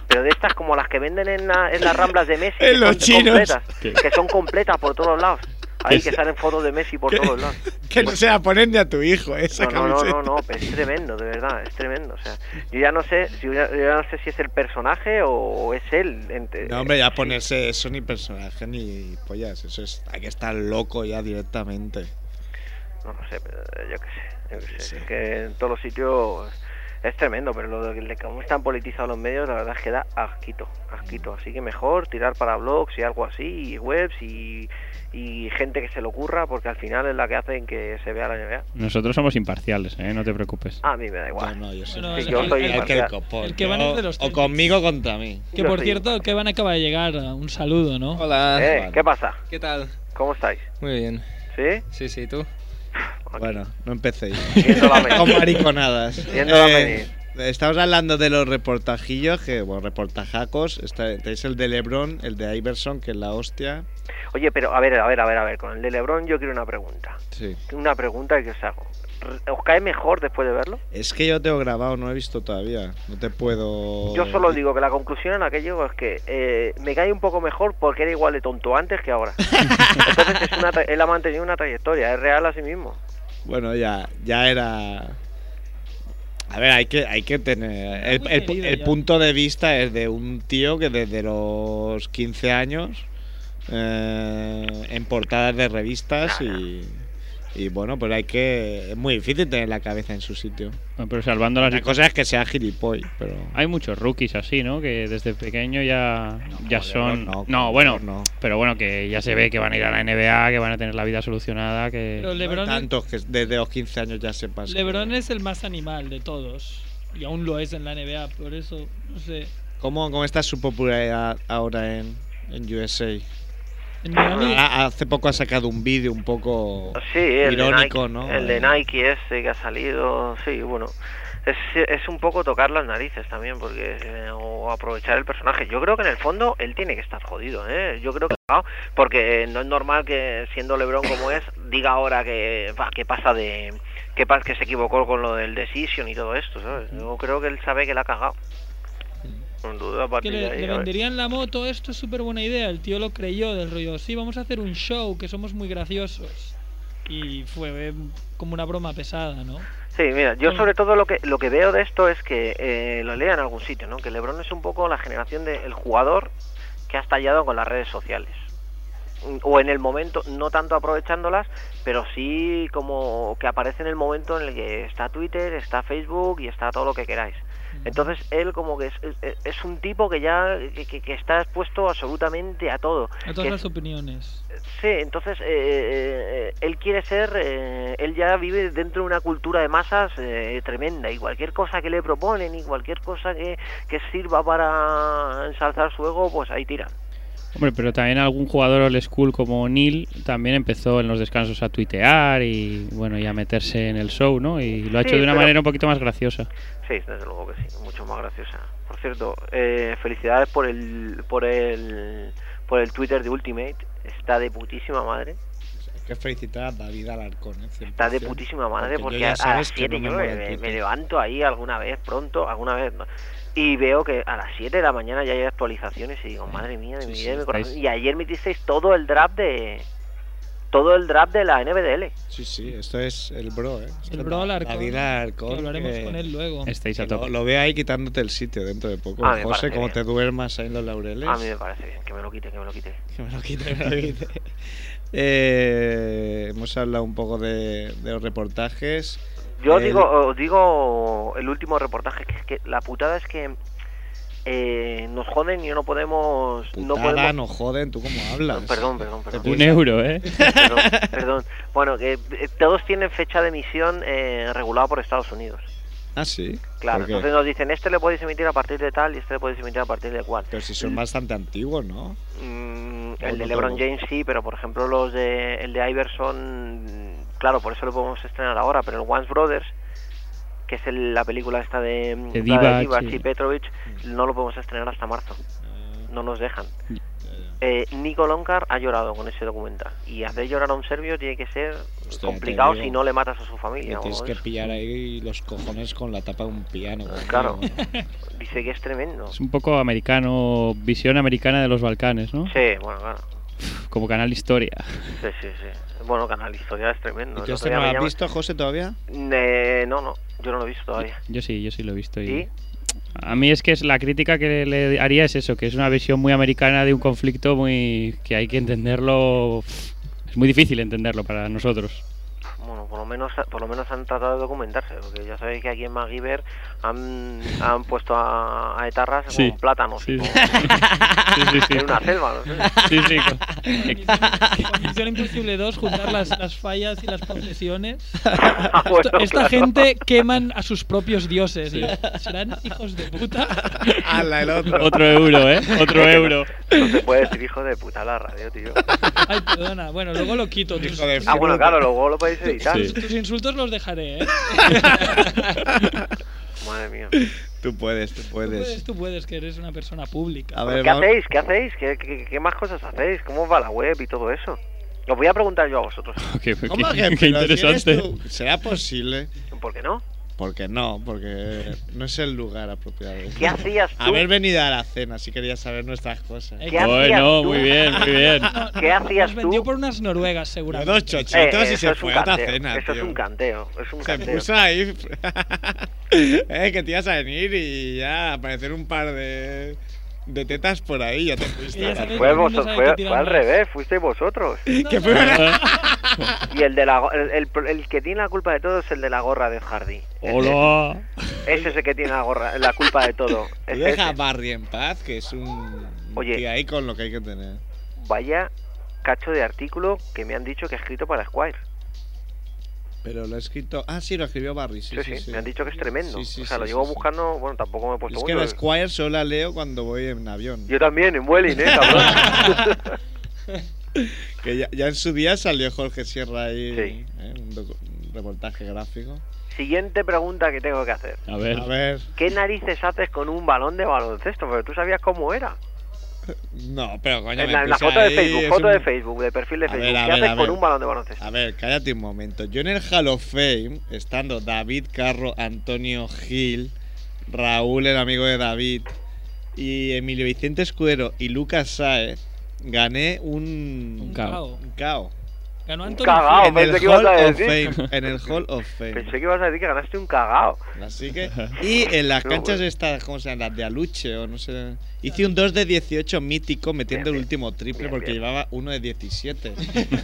Speaker 8: Pero de estas como las que venden en, la- en las ramblas de Messi.
Speaker 9: En
Speaker 8: que
Speaker 9: los
Speaker 8: son
Speaker 9: chinos.
Speaker 8: Completas, que son completas por todos lados. Ahí que salen fotos de Messi por todos lados. Pues
Speaker 9: Que no se la ponen ni a tu hijo, ¿eh? esa
Speaker 8: no, no,
Speaker 9: camiseta.
Speaker 8: no, no, no, pero es tremendo, de verdad, es tremendo. O sea, yo ya no sé, si, yo ya, yo ya no sé si es el personaje o, o es él. ente-
Speaker 9: No, hombre,
Speaker 8: eh,
Speaker 9: ya
Speaker 8: sí.
Speaker 9: ponerse eso ni personaje ni pollas. Eso es. Hay que estar loco ya directamente.
Speaker 8: No lo sé, pero, eh, yo qué sé, yo qué sé. Es que en todos los sitios Es tremendo, pero lo de de cómo están politizados los medios, la verdad es que da asquito, asquito. Así que mejor tirar para blogs y algo así, y webs y, y gente que se lo ocurra, porque al final es la que hacen que se vea la NBA.
Speaker 11: Nosotros somos imparciales, ¿eh? no te preocupes.
Speaker 8: A mí me da
Speaker 9: No,
Speaker 8: igual.
Speaker 9: Pues no, yo soy.
Speaker 7: Bueno,
Speaker 8: Sí,
Speaker 7: el-
Speaker 8: yo
Speaker 7: el-
Speaker 8: soy
Speaker 7: el-
Speaker 9: el
Speaker 8: imparcial.
Speaker 9: que el copón.
Speaker 7: el que van
Speaker 9: o-
Speaker 7: es de los
Speaker 9: o
Speaker 7: técnicos.
Speaker 9: conmigo o contra mí.
Speaker 7: Que
Speaker 8: Yo
Speaker 7: por
Speaker 8: soy
Speaker 7: cierto,
Speaker 8: igual.
Speaker 7: que van acaba de llegar a un saludo, ¿no?
Speaker 9: Hola.
Speaker 8: Eh,
Speaker 9: Juan.
Speaker 8: ¿Qué pasa?
Speaker 2: ¿Qué tal?
Speaker 8: ¿Cómo estáis?
Speaker 9: Muy bien.
Speaker 8: ¿Sí?
Speaker 9: Sí, sí, tú.
Speaker 8: Aquí,
Speaker 9: Bueno, no empecéis.
Speaker 8: viéndola venir.
Speaker 9: (laughs) Con mariconadas. Eh,
Speaker 8: Viéndola venir.
Speaker 9: estamos hablando de los reportajillos, que, bueno, reportajacos. Está, tenéis el de Lebron, el de Iverson, que es la hostia.
Speaker 8: Oye, pero a ver, a ver, a ver, a ver, con el de Lebron yo quiero una pregunta.
Speaker 9: Sí.
Speaker 8: Una pregunta que os hago. ¿Os cae mejor después de verlo?
Speaker 9: Es que yo tengo grabado, no he visto todavía. No te puedo.
Speaker 8: Yo solo digo que la conclusión a la que llego es que eh, me cae un poco mejor porque era igual de tonto antes que ahora. Entonces es una tra- él ha mantenido una trayectoria, es real a sí mismo.
Speaker 9: Bueno, ya, ya era. A ver, hay que, hay que tener. El,
Speaker 7: muy
Speaker 9: el pu-
Speaker 7: querido
Speaker 9: el
Speaker 7: ya.
Speaker 9: punto de vista es de un tío que desde los 15 años. eh, en portadas de revistas y. Y bueno, pues hay que. Es muy difícil tener la cabeza en su sitio.
Speaker 11: Bueno, Pero salvando las...
Speaker 9: La cosa es que sea gilipollas, pero.
Speaker 11: Hay muchos rookies así, ¿no? Que desde pequeño ya, ya son...
Speaker 9: no,
Speaker 11: No,
Speaker 9: como
Speaker 11: bueno,
Speaker 9: Lebron no.
Speaker 11: pero bueno, que ya se ve que van a ir a la NBA, que van a tener la vida solucionada, que...
Speaker 7: Pero
Speaker 9: No hay
Speaker 7: LeBron,
Speaker 9: tantos que desde los 15 años ya se pasa.
Speaker 7: LeBron es el más animal de todos. Y aún lo es en la NBA, por eso, no sé.
Speaker 9: ¿Cómo, ¿Cómo está su popularidad ahora en, en USA?
Speaker 7: En Miami,
Speaker 9: Ah, Hace poco ha sacado un vídeo un poco
Speaker 8: Sí, el de
Speaker 9: irónico,
Speaker 8: Nike,
Speaker 9: ¿no?
Speaker 8: El de Nike ese que ha salido, sí, bueno. Es, es un poco tocar las narices también, porque eh, o aprovechar el personaje. Yo creo que en el fondo él tiene que estar jodido, ¿eh? Yo creo que no, porque eh, no es normal que siendo LeBron como es diga ahora que va, que pasa de que pas- que se equivocó con lo del decision y todo esto, ¿sabes? Yo creo que él sabe que la ha cagado. Con duda a
Speaker 7: que
Speaker 8: partir de
Speaker 7: le,
Speaker 8: ahí,
Speaker 7: le
Speaker 8: a ver.
Speaker 7: venderían la moto, esto es súper buena idea. El tío lo creyó del rollo, sí, vamos a hacer un show, que somos muy graciosos. Y fue eh, como una broma pesada, ¿no?
Speaker 8: Sí, mira, yo
Speaker 7: Mm.
Speaker 8: sobre todo lo que lo que veo de esto es que eh, lo lea en algún sitio, ¿no? Que LeBron es un poco la generación del jugador que ha estallado con las redes sociales. Mm, O en el momento, no tanto aprovechándolas, pero sí como que aparece en el momento en el que está Twitter, está Facebook y está todo lo que queráis. Entonces él como que es, es- es un tipo que ya que- que- que está expuesto absolutamente a todo.
Speaker 7: A
Speaker 8: que
Speaker 7: todas las
Speaker 8: es-
Speaker 7: opiniones.
Speaker 8: Sí, entonces eh, eh, eh, él quiere ser, eh, él ya vive dentro de una cultura de masas eh, tremenda y cualquier cosa que le proponen y cualquier cosa que, que sirva para ensalzar su ego, pues ahí tiran.
Speaker 11: Hombre, pero también algún jugador old school como Neil también empezó en los descansos a tuitear y bueno, y a meterse en el show, ¿no? Y lo ha
Speaker 8: Sí,
Speaker 11: hecho de una
Speaker 8: pero-
Speaker 11: manera un poquito más graciosa.
Speaker 8: Sí, desde luego que sí, mucho más graciosa. Por cierto, eh, felicidades por el, por el, por el Twitter de Ultimate, está de putísima madre.
Speaker 9: Hay que felicitar a David Alarcón. ¿eh?
Speaker 8: Está de
Speaker 9: 100%,
Speaker 8: putísima madre
Speaker 9: yo
Speaker 8: porque
Speaker 9: ya
Speaker 8: a, a
Speaker 9: sabes
Speaker 8: las
Speaker 9: que no
Speaker 8: 7 yo
Speaker 9: mola
Speaker 8: me,
Speaker 9: el
Speaker 8: me-
Speaker 9: Twitter.
Speaker 8: me levanto ahí alguna vez, pronto, alguna vez. ¿no? Y veo que a las 7 de la mañana ya hay actualizaciones y digo, madre mía, de mi vida, de mi corazón.
Speaker 11: estáis-
Speaker 8: Y ayer metisteis todo el draft de. Todo el draft de la NBDL.
Speaker 9: Sí, sí, esto es el bro, ¿eh? Esto es
Speaker 7: bro
Speaker 9: Da-
Speaker 7: Alarcón,
Speaker 9: David
Speaker 7: Que
Speaker 9: Alarcón.
Speaker 7: hablaremos
Speaker 9: que-
Speaker 7: con él luego.
Speaker 11: Estáis
Speaker 9: que
Speaker 11: a
Speaker 9: Lo,
Speaker 11: tope.
Speaker 9: lo veo ahí quitándote el sitio dentro de poco.
Speaker 8: Ah, me
Speaker 9: Pues, José,
Speaker 8: parece
Speaker 9: como
Speaker 8: bien.
Speaker 9: te duermas ahí en los laureles.
Speaker 8: A
Speaker 7: (laughs)
Speaker 8: mí me parece bien, que me lo quite, que me lo quite.
Speaker 9: Que me lo quite, que me lo quite. Eh, hemos hablado un poco de, de los reportajes.
Speaker 8: Yo
Speaker 9: El-
Speaker 8: digo, os digo el último reportaje, que es que la putada es que eh, nos joden y no podemos. no
Speaker 9: Putada,
Speaker 8: podemos.
Speaker 9: no joden, tú cómo hablas.
Speaker 8: Perdón, perdón, perdón.
Speaker 11: Un euro, ¿eh?
Speaker 8: perdón, perdón. Bueno, que eh, todos tienen fecha de emisión eh, regulada por Estados Unidos.
Speaker 9: Ah, sí.
Speaker 8: Claro,
Speaker 9: ¿Por qué?
Speaker 8: entonces nos dicen, este le podéis emitir a partir de tal y este le podéis emitir a partir de cual.
Speaker 9: Pero si son bastante antiguos, ¿no?
Speaker 8: Mm,
Speaker 9: No,
Speaker 8: el de
Speaker 9: no
Speaker 8: LeBron
Speaker 9: todo.
Speaker 8: James sí, pero por ejemplo los de, el de Iverson, mm, claro, por eso lo podemos estrenar ahora, pero el Once Brothers, que es el- la película esta de,
Speaker 11: De
Speaker 8: la
Speaker 11: Divac, sí. Mm.
Speaker 8: y Petrovic, no lo podemos estrenar hasta marzo. No nos dejan. Eh, Nico Loncar ha llorado con ese documental. Y hacer llorar a un serbio tiene que ser
Speaker 9: Hostia, te
Speaker 8: complicado
Speaker 9: digo.
Speaker 8: si no le matas a su
Speaker 9: Le
Speaker 8: familia. o
Speaker 9: tienes
Speaker 8: algo
Speaker 9: que
Speaker 8: de eso.
Speaker 9: pillar ahí los cojones con la tapa de un piano. güey.
Speaker 8: Eh,
Speaker 9: (laughs)
Speaker 8: Claro. Dice que es tremendo.
Speaker 11: Es un poco americano, visión americana de los Balcanes, ¿no?
Speaker 8: Sí, bueno, claro.
Speaker 11: Como canal historia.
Speaker 8: Sí, sí, sí. Bueno, Canal Historia es tremendo. El
Speaker 9: ¿Y tú
Speaker 8: otro
Speaker 9: este
Speaker 8: día
Speaker 9: no
Speaker 8: me
Speaker 9: lo has
Speaker 8: llama-
Speaker 9: visto, José,
Speaker 8: (laughs)
Speaker 9: todavía?
Speaker 8: Eh, no, no, yo no lo he visto todavía.
Speaker 11: Yo sí, yo sí lo he visto.
Speaker 8: ¿Y?
Speaker 11: Y... A mí es que es la crítica que le haría es eso, que es una visión muy americana de un conflicto muy que hay que entenderlo. Es muy difícil entenderlo para nosotros.
Speaker 8: bueno, por lo menos por lo menos han tratado de documentarse, porque ya sabéis que aquí en MacGyver han, han puesto a, a etarras
Speaker 11: Sí.
Speaker 8: con plátanos
Speaker 11: Sí,
Speaker 8: y
Speaker 11: sí.
Speaker 8: con-
Speaker 11: Sí, sí, sí.
Speaker 8: (laughs) en una selva, no
Speaker 9: (laughs)
Speaker 8: sé.
Speaker 11: Sí, sí.
Speaker 7: Con Misión Imposible 2, juntar las, las fallas y las posesiones.
Speaker 8: Ah, bueno,
Speaker 7: Esto- esta
Speaker 8: claro.
Speaker 7: gente queman a sus propios dioses. ¿eh? Serán hijos de
Speaker 8: (laughs)
Speaker 7: puta.
Speaker 9: Ala, el otro.
Speaker 11: Otro euro, ¿eh?
Speaker 7: (laughs)
Speaker 11: Otro euro.
Speaker 8: No se puede decir hijo de puta a la radio, tío.
Speaker 7: Ay, perdona. Bueno, luego lo quito. Tus,
Speaker 9: Hijo de
Speaker 8: Ah, bueno, claro, luego lo podéis editar.
Speaker 11: Sí.
Speaker 7: tus insultos los dejaré,
Speaker 9: (laughs)
Speaker 7: ¿eh?
Speaker 8: Madre mía.
Speaker 9: Tú puedes, tú
Speaker 7: Tú puedes,
Speaker 9: puedes.
Speaker 7: tú puedes, que eres una persona pública.
Speaker 9: A ver,
Speaker 8: Pues ¿Qué
Speaker 9: vamos-
Speaker 8: hacéis? ¿Qué hacéis? ¿Qué, qué, qué más cosas hacéis? ¿Cómo va la web y todo eso? Os voy a preguntar yo a vosotros.
Speaker 11: Qué, qué-
Speaker 9: ¿Cómo que?
Speaker 11: (laughs) qué
Speaker 9: Pero si eres
Speaker 11: interesante.
Speaker 9: tú, ¿Será posible?
Speaker 8: ¿Por qué no?
Speaker 9: Porque no, porque no es el lugar apropiado.
Speaker 8: ¿Qué hacías tú?
Speaker 9: Haber venido a la cena si querías saber nuestras cosas.
Speaker 7: Eh,
Speaker 8: ¿Qué hacías
Speaker 11: Bueno,
Speaker 8: tú?
Speaker 11: muy bien, muy bien.
Speaker 8: ¿Qué hacías
Speaker 7: Nos vendió
Speaker 8: tú?
Speaker 7: por unas noruegas,
Speaker 9: Pero
Speaker 7: seguramente.
Speaker 9: dos
Speaker 8: Eh,
Speaker 9: chochitos y
Speaker 8: eso
Speaker 9: se
Speaker 8: es un
Speaker 9: fue a otra
Speaker 8: canteo.
Speaker 9: cena,
Speaker 8: Eso es
Speaker 9: tío.
Speaker 8: un canteo. Es un
Speaker 9: Se
Speaker 8: canteo.
Speaker 9: puso ahí. (laughs) eh, que te ibas a venir y ya aparecer un par de, de tetas por ahí, ya te
Speaker 7: Y ya
Speaker 9: fuiste.
Speaker 7: sabéis-
Speaker 8: Fue,
Speaker 7: Todo el mundo
Speaker 8: vos-
Speaker 7: sabe
Speaker 8: fue-
Speaker 7: que tiran
Speaker 8: fue al
Speaker 7: más.
Speaker 8: revés, fuisteis vosotros.
Speaker 9: Que fue una-
Speaker 8: Y el, de la, go- el, el, el que tiene la culpa de todo es el de la gorra de Hardy.
Speaker 11: Hola.
Speaker 8: Ese es el que tiene la gorra, la culpa de todo.
Speaker 9: (laughs)
Speaker 8: Es
Speaker 9: Tú deja a
Speaker 8: ese.
Speaker 9: Barry en paz, que es un.
Speaker 8: Oye.
Speaker 9: tío ahí con lo que hay que tener.
Speaker 8: Vaya cacho de artículo que me han dicho que he escrito para Squire.
Speaker 9: Pero lo ha escrito. Ah, sí, lo escribió Barry. Sí,
Speaker 8: Sí, sí,
Speaker 9: sí, sí.
Speaker 8: me han dicho que es tremendo.
Speaker 9: Sí, sí,
Speaker 8: o sea,
Speaker 9: sí,
Speaker 8: lo
Speaker 9: sí,
Speaker 8: llevo
Speaker 9: sí.
Speaker 8: buscando, bueno, tampoco me he puesto
Speaker 9: Es que
Speaker 8: mucho.
Speaker 9: la Squire solo la leo cuando voy en avión.
Speaker 8: Yo también, en Welling,
Speaker 9: (laughs)
Speaker 8: ¿eh, cabrón?
Speaker 9: Que ya, ya en su día salió Jorge Sierra ahí.
Speaker 8: Sí.
Speaker 9: eh, un, docu- un reportaje gráfico.
Speaker 8: (laughs) Siguiente pregunta que tengo que hacer.
Speaker 11: A
Speaker 9: A
Speaker 11: ver.
Speaker 9: ver.
Speaker 8: ¿Qué narices haces con un balón de baloncesto? Pero tú sabías cómo era.
Speaker 9: No, pero coño.
Speaker 8: En
Speaker 9: me
Speaker 8: la, en la
Speaker 9: puse
Speaker 8: foto de
Speaker 9: ahí,
Speaker 8: Facebook,
Speaker 9: es
Speaker 8: foto
Speaker 9: un-
Speaker 8: de Facebook, de perfil de
Speaker 9: A ver,
Speaker 8: Facebook.
Speaker 9: a
Speaker 8: ¿Qué
Speaker 9: ver,
Speaker 8: haces
Speaker 9: a
Speaker 8: con
Speaker 9: ver.
Speaker 8: un balón de baloncesto?
Speaker 9: A ver, cállate un momento. Yo en el Hall of Fame, estando David Carro, Antonio Gil, Raúl, el amigo de David, y Emilio Vicente Escudero y Lucas Saez, gané un,
Speaker 7: Un cao.
Speaker 9: un cao.
Speaker 7: Ganó
Speaker 8: Un
Speaker 7: Anthony
Speaker 8: cagao,
Speaker 9: en, el
Speaker 8: Ah, pensé que
Speaker 9: Hall
Speaker 8: ibas a
Speaker 9: of
Speaker 8: decir.
Speaker 9: Fame, en el Hall of
Speaker 8: Pensé
Speaker 9: Fame.
Speaker 8: que ibas a decir que ganaste un cagao.
Speaker 9: Así que, y en las
Speaker 8: No,
Speaker 9: canchas
Speaker 8: bueno.
Speaker 9: estas, ¿cómo se llaman? Las de Aluche o no sé. Hice un 2 de 18 mítico metiendo
Speaker 8: Bien,
Speaker 9: el
Speaker 8: bien.
Speaker 9: último triple
Speaker 8: Bien,
Speaker 9: porque
Speaker 8: bien.
Speaker 9: llevaba uno
Speaker 8: (laughs)
Speaker 9: de 17.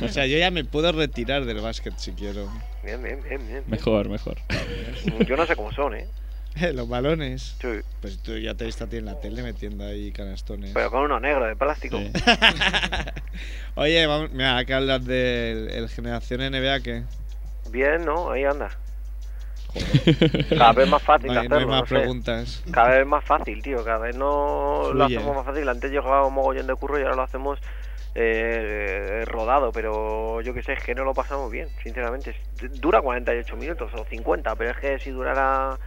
Speaker 9: o sea, yo ya me puedo retirar del básquet si quiero. (laughs)
Speaker 8: Bien, bien, bien, bien.
Speaker 11: Mejor, mejor.
Speaker 8: Yo no sé cómo son, ¿eh?
Speaker 9: Eh, Los balones.
Speaker 8: Sí,
Speaker 9: Pues tú ya te viste a ti en la tele metiendo ahí canastones.
Speaker 8: pero con uno negro de plástico.
Speaker 11: Sí.
Speaker 9: Oye, vamos, mira, que hablas del el Generación NBA que
Speaker 8: Bien, ¿no? Ahí anda. Cada vez más fácil
Speaker 9: no
Speaker 8: de
Speaker 9: hay, no
Speaker 8: Ah,
Speaker 9: hay
Speaker 8: hacerlo,
Speaker 9: más
Speaker 8: no sé.
Speaker 9: preguntas.
Speaker 8: Cada vez más fácil, tío. Cada vez no lo
Speaker 9: Fluye.
Speaker 8: hacemos más fácil. Antes llevaba un mogollón de curro y ahora lo hacemos eh, rodado. Pero yo que sé, es que no lo pasamos bien, sinceramente. Es- Dura 48 minutos o 50, pero es que si durara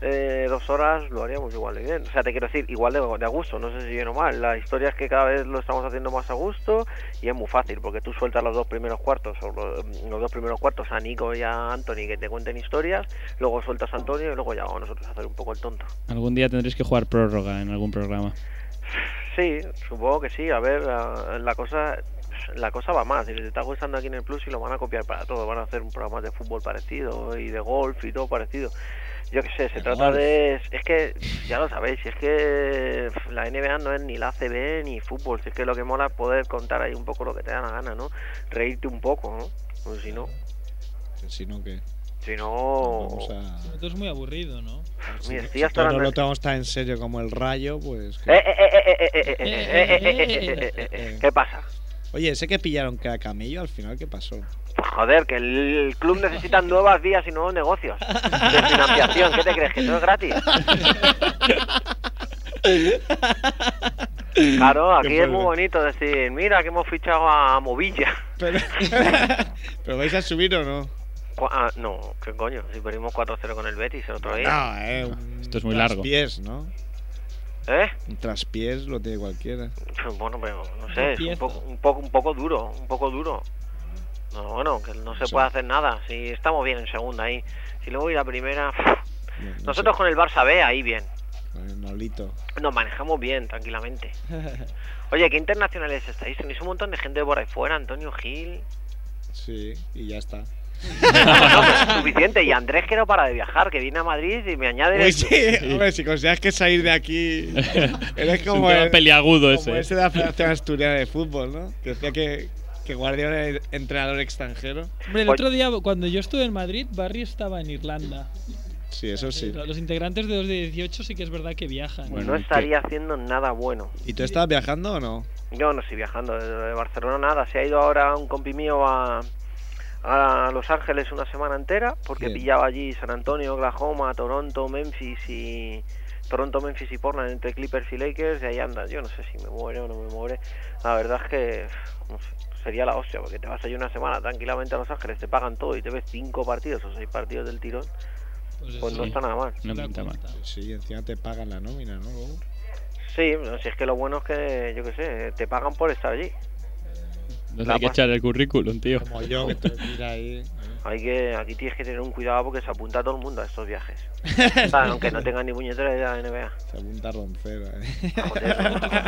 Speaker 8: eh, dos horas lo haríamos igual de bien. O sea, te quiero decir, igual de, de a gusto, no sé si bien o mal. La historia es que cada vez lo estamos haciendo más a gusto y es muy fácil, porque tú sueltas los dos primeros cuartos, o lo- los, dos primeros cuartos a Nico y a Anthony que te cuenten historias, luego sueltas a Antonio y luego ya vamos nosotros a hacer un poco el tonto.
Speaker 11: Algún día tendréis que jugar prórroga en algún programa.
Speaker 8: Sí, supongo que sí. A ver, la, la cosa la cosa va más. Si les está gustando aquí en el Plus y lo van a copiar para todo. Van a hacer un programa de fútbol parecido y de golf y todo parecido. Yo qué sé, se trata
Speaker 9: golf.
Speaker 8: de... Es que, ya lo sabéis, es que pf, la NBA no es ni la CB ni fútbol. Si es que lo que mola es poder contar ahí un poco lo que te da la gana, ¿no? Reírte un poco, ¿no? Pues si no,
Speaker 9: Si no, que.
Speaker 8: si no...
Speaker 9: no vamos a-
Speaker 7: Esto es muy aburrido, ¿no?
Speaker 9: si-
Speaker 8: estoy
Speaker 9: si
Speaker 8: hasta
Speaker 9: todo
Speaker 8: la
Speaker 9: no lo
Speaker 8: nariz.
Speaker 9: tomamos tan en serio como el rayo, pues. que-
Speaker 8: Eh, eh, eh, eh, eh, eh, eh, eh, eh, eh, eh, eh, eh, eh, ¿Qué pasa?
Speaker 9: Oye, sé que pillaron que a Camello al final, ¿qué pasó?
Speaker 8: Pues joder, que el club necesita nuevas vías y nuevos negocios. De financiación, ¿qué te crees? ¿Que todo es gratis? Claro, aquí
Speaker 9: Qué
Speaker 8: es muy
Speaker 9: fuerte.
Speaker 8: bonito decir, mira que hemos fichado a Movilla.
Speaker 9: Pero, (laughs) ¿Pero vais a subir o no?
Speaker 8: Cu- ah, no, qué coño, si perdimos 4-0 con el Betis el otro día.
Speaker 9: No, eh. un
Speaker 11: Esto es muy largo.
Speaker 9: Traspiés, ¿no?
Speaker 8: ¿Eh?
Speaker 9: Un traspiés lo tiene cualquiera.
Speaker 8: Bueno, pero no sé, es un
Speaker 7: Tropiezo.
Speaker 8: poco, un poco, un poco duro, un poco duro. No, bueno, que no se
Speaker 9: Sí.
Speaker 8: puede hacer nada. Si estamos bien en segunda ahí. Si luego ir a primera...
Speaker 9: No- no sé,
Speaker 8: Nosotros con el Barça B ahí bien.
Speaker 9: con el Nolito.
Speaker 8: Nos manejamos bien,
Speaker 9: (laughs)
Speaker 8: tranquilamente. Oye, ¿qué internacionales estáis? Tenéis un montón de gente por ahí fuera, Antonio
Speaker 9: (laughs)
Speaker 8: Gil.
Speaker 9: Sí, y ya está.
Speaker 8: No, pues es suficiente. Y Andrés que no para de viajar, que viene a Madrid y me añade.
Speaker 9: Pues (laughs) sí, hombre, si consideras que salir de (laughs) aquí. Eres
Speaker 11: Es un
Speaker 9: como
Speaker 11: tema
Speaker 9: el,
Speaker 11: peliagudo
Speaker 9: como
Speaker 11: ese.
Speaker 5: ¿eh?
Speaker 9: ese de la Federación Asturiana de Fútbol, ¿no? Que decía que, que Guardiola es entrenador extranjero.
Speaker 7: Hombre,
Speaker 8: Pues
Speaker 7: el otro día, cuando yo estuve en Madrid, Barry estaba en Irlanda. Eh,
Speaker 9: Sí, eso Pues sí.
Speaker 7: Los integrantes de 2 de 18 sí que es verdad que viajan.
Speaker 9: Bueno,
Speaker 8: no
Speaker 9: ¿y qué?
Speaker 8: estaría haciendo nada bueno.
Speaker 9: ¿Y tú estás viajando o no?
Speaker 8: Yo no estoy viajando de Barcelona nada. Se ha ido ahora un compi mío a, a Los Ángeles una semana entera porque
Speaker 9: Bien.
Speaker 8: pillaba allí San Antonio, Oklahoma, Toronto, Memphis y Toronto, Memphis y Portland entre Clippers y Lakers y ahí anda. Yo no sé si me muere o no me muere. La verdad es que pf, no sé, sería la hostia porque te vas allí una semana tranquilamente a Los Ángeles, te pagan todo y te ves cinco partidos o seis partidos del tirón. Pues
Speaker 11: sí.
Speaker 8: no está nada mal.
Speaker 11: No pinta mal.
Speaker 9: Sí, encima te pagan la nómina, ¿no? Luego.
Speaker 8: Sí, pero si es que lo bueno es que, yo qué sé, te pagan por estar allí.
Speaker 11: Entonces hay que echar el currículum,
Speaker 9: (laughs)
Speaker 11: tío.
Speaker 9: Como yo, que estoy mira ahí.
Speaker 8: Hay que, aquí tienes que tener un cuidado porque se apunta a todo el mundo a estos
Speaker 9: (laughs)
Speaker 8: viajes. O sea, aunque no tengas ni puñetera idea de NBA.
Speaker 9: Se apunta Roncero, (laughs) ¿eh?
Speaker 8: Joder.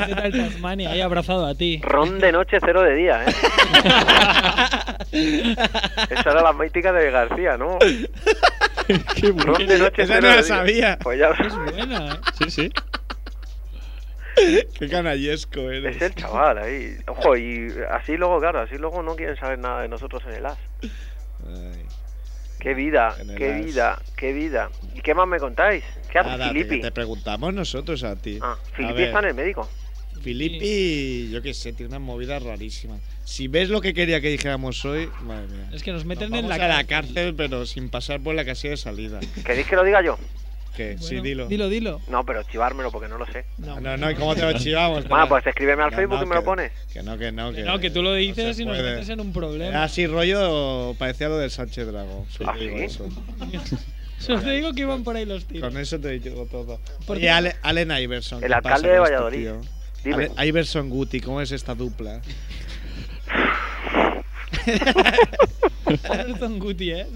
Speaker 7: ¿Qué tal Tasmania? Ahí abrazado a ti.
Speaker 8: Ron de noche, cero de día,
Speaker 9: (laughs)
Speaker 8: ¿eh? Esa era la mítica de García, ¿no? Ron de noche,
Speaker 9: Esa
Speaker 8: cero de
Speaker 9: no
Speaker 8: día.
Speaker 9: la sabía.
Speaker 8: Pues
Speaker 9: (laughs)
Speaker 8: ya
Speaker 7: Es buena, ¿eh?
Speaker 11: Sí, sí.
Speaker 9: Qué canallesco
Speaker 8: (laughs)
Speaker 9: eres.
Speaker 8: es el chaval ahí. Ojo, y así luego, claro, así luego no quieren saber nada de nosotros en el AS.
Speaker 9: Ay.
Speaker 8: ¡Qué vida!
Speaker 9: En el
Speaker 8: ¡Qué
Speaker 9: As.
Speaker 8: vida! ¡Qué vida! ¿Y qué más me contáis? ¿Qué hace
Speaker 9: Nada, que
Speaker 8: Filippi?
Speaker 9: te preguntamos nosotros a ti.
Speaker 8: Ah,
Speaker 9: A
Speaker 8: Filippi
Speaker 9: ver,
Speaker 8: está en el médico.
Speaker 9: Filippi, yo qué sé, tiene unas movidas rarísimas. Si ves lo que quería que dijéramos hoy, madre mía.
Speaker 7: Es que nos
Speaker 9: Nos
Speaker 7: meten en
Speaker 9: vamos
Speaker 7: la
Speaker 9: a la cárcel, pero sin pasar por la casilla de salida.
Speaker 8: ¿Queréis que lo diga yo?
Speaker 9: ¿Qué?
Speaker 7: Bueno,
Speaker 9: sí, dilo.
Speaker 7: Dilo, dilo.
Speaker 8: No, pero chivármelo porque no lo sé.
Speaker 9: Ah, No, no, ¿y cómo te lo chivamos?
Speaker 8: Bueno, pues escríbeme al
Speaker 9: No,
Speaker 8: Facebook
Speaker 9: no,
Speaker 8: y me lo
Speaker 9: que-
Speaker 8: pones.
Speaker 9: Que no, que no. Que,
Speaker 7: No, que tú lo
Speaker 9: no
Speaker 7: dices
Speaker 9: se
Speaker 7: y nos
Speaker 9: puede.
Speaker 7: metes en un
Speaker 9: Era
Speaker 7: problema.
Speaker 9: así rollo, parecía lo del Sánchez Dragón.
Speaker 8: ¿Ah,
Speaker 9: te digo
Speaker 8: sí?
Speaker 9: eso.
Speaker 7: Solo te digo que iban por ahí los tiros. (laughs)
Speaker 9: Con eso te digo todo.
Speaker 7: Por
Speaker 9: Y
Speaker 7: cierto-
Speaker 9: Ale- Allen Iverson.
Speaker 8: El
Speaker 9: ¿qué
Speaker 8: alcalde
Speaker 9: pasa
Speaker 8: de
Speaker 9: con este
Speaker 8: Valladolid.
Speaker 9: tío?
Speaker 8: Dime.
Speaker 9: Ale- Iverson Guti, ¿cómo es esta dupla?
Speaker 7: Everton Guti, ¿eh?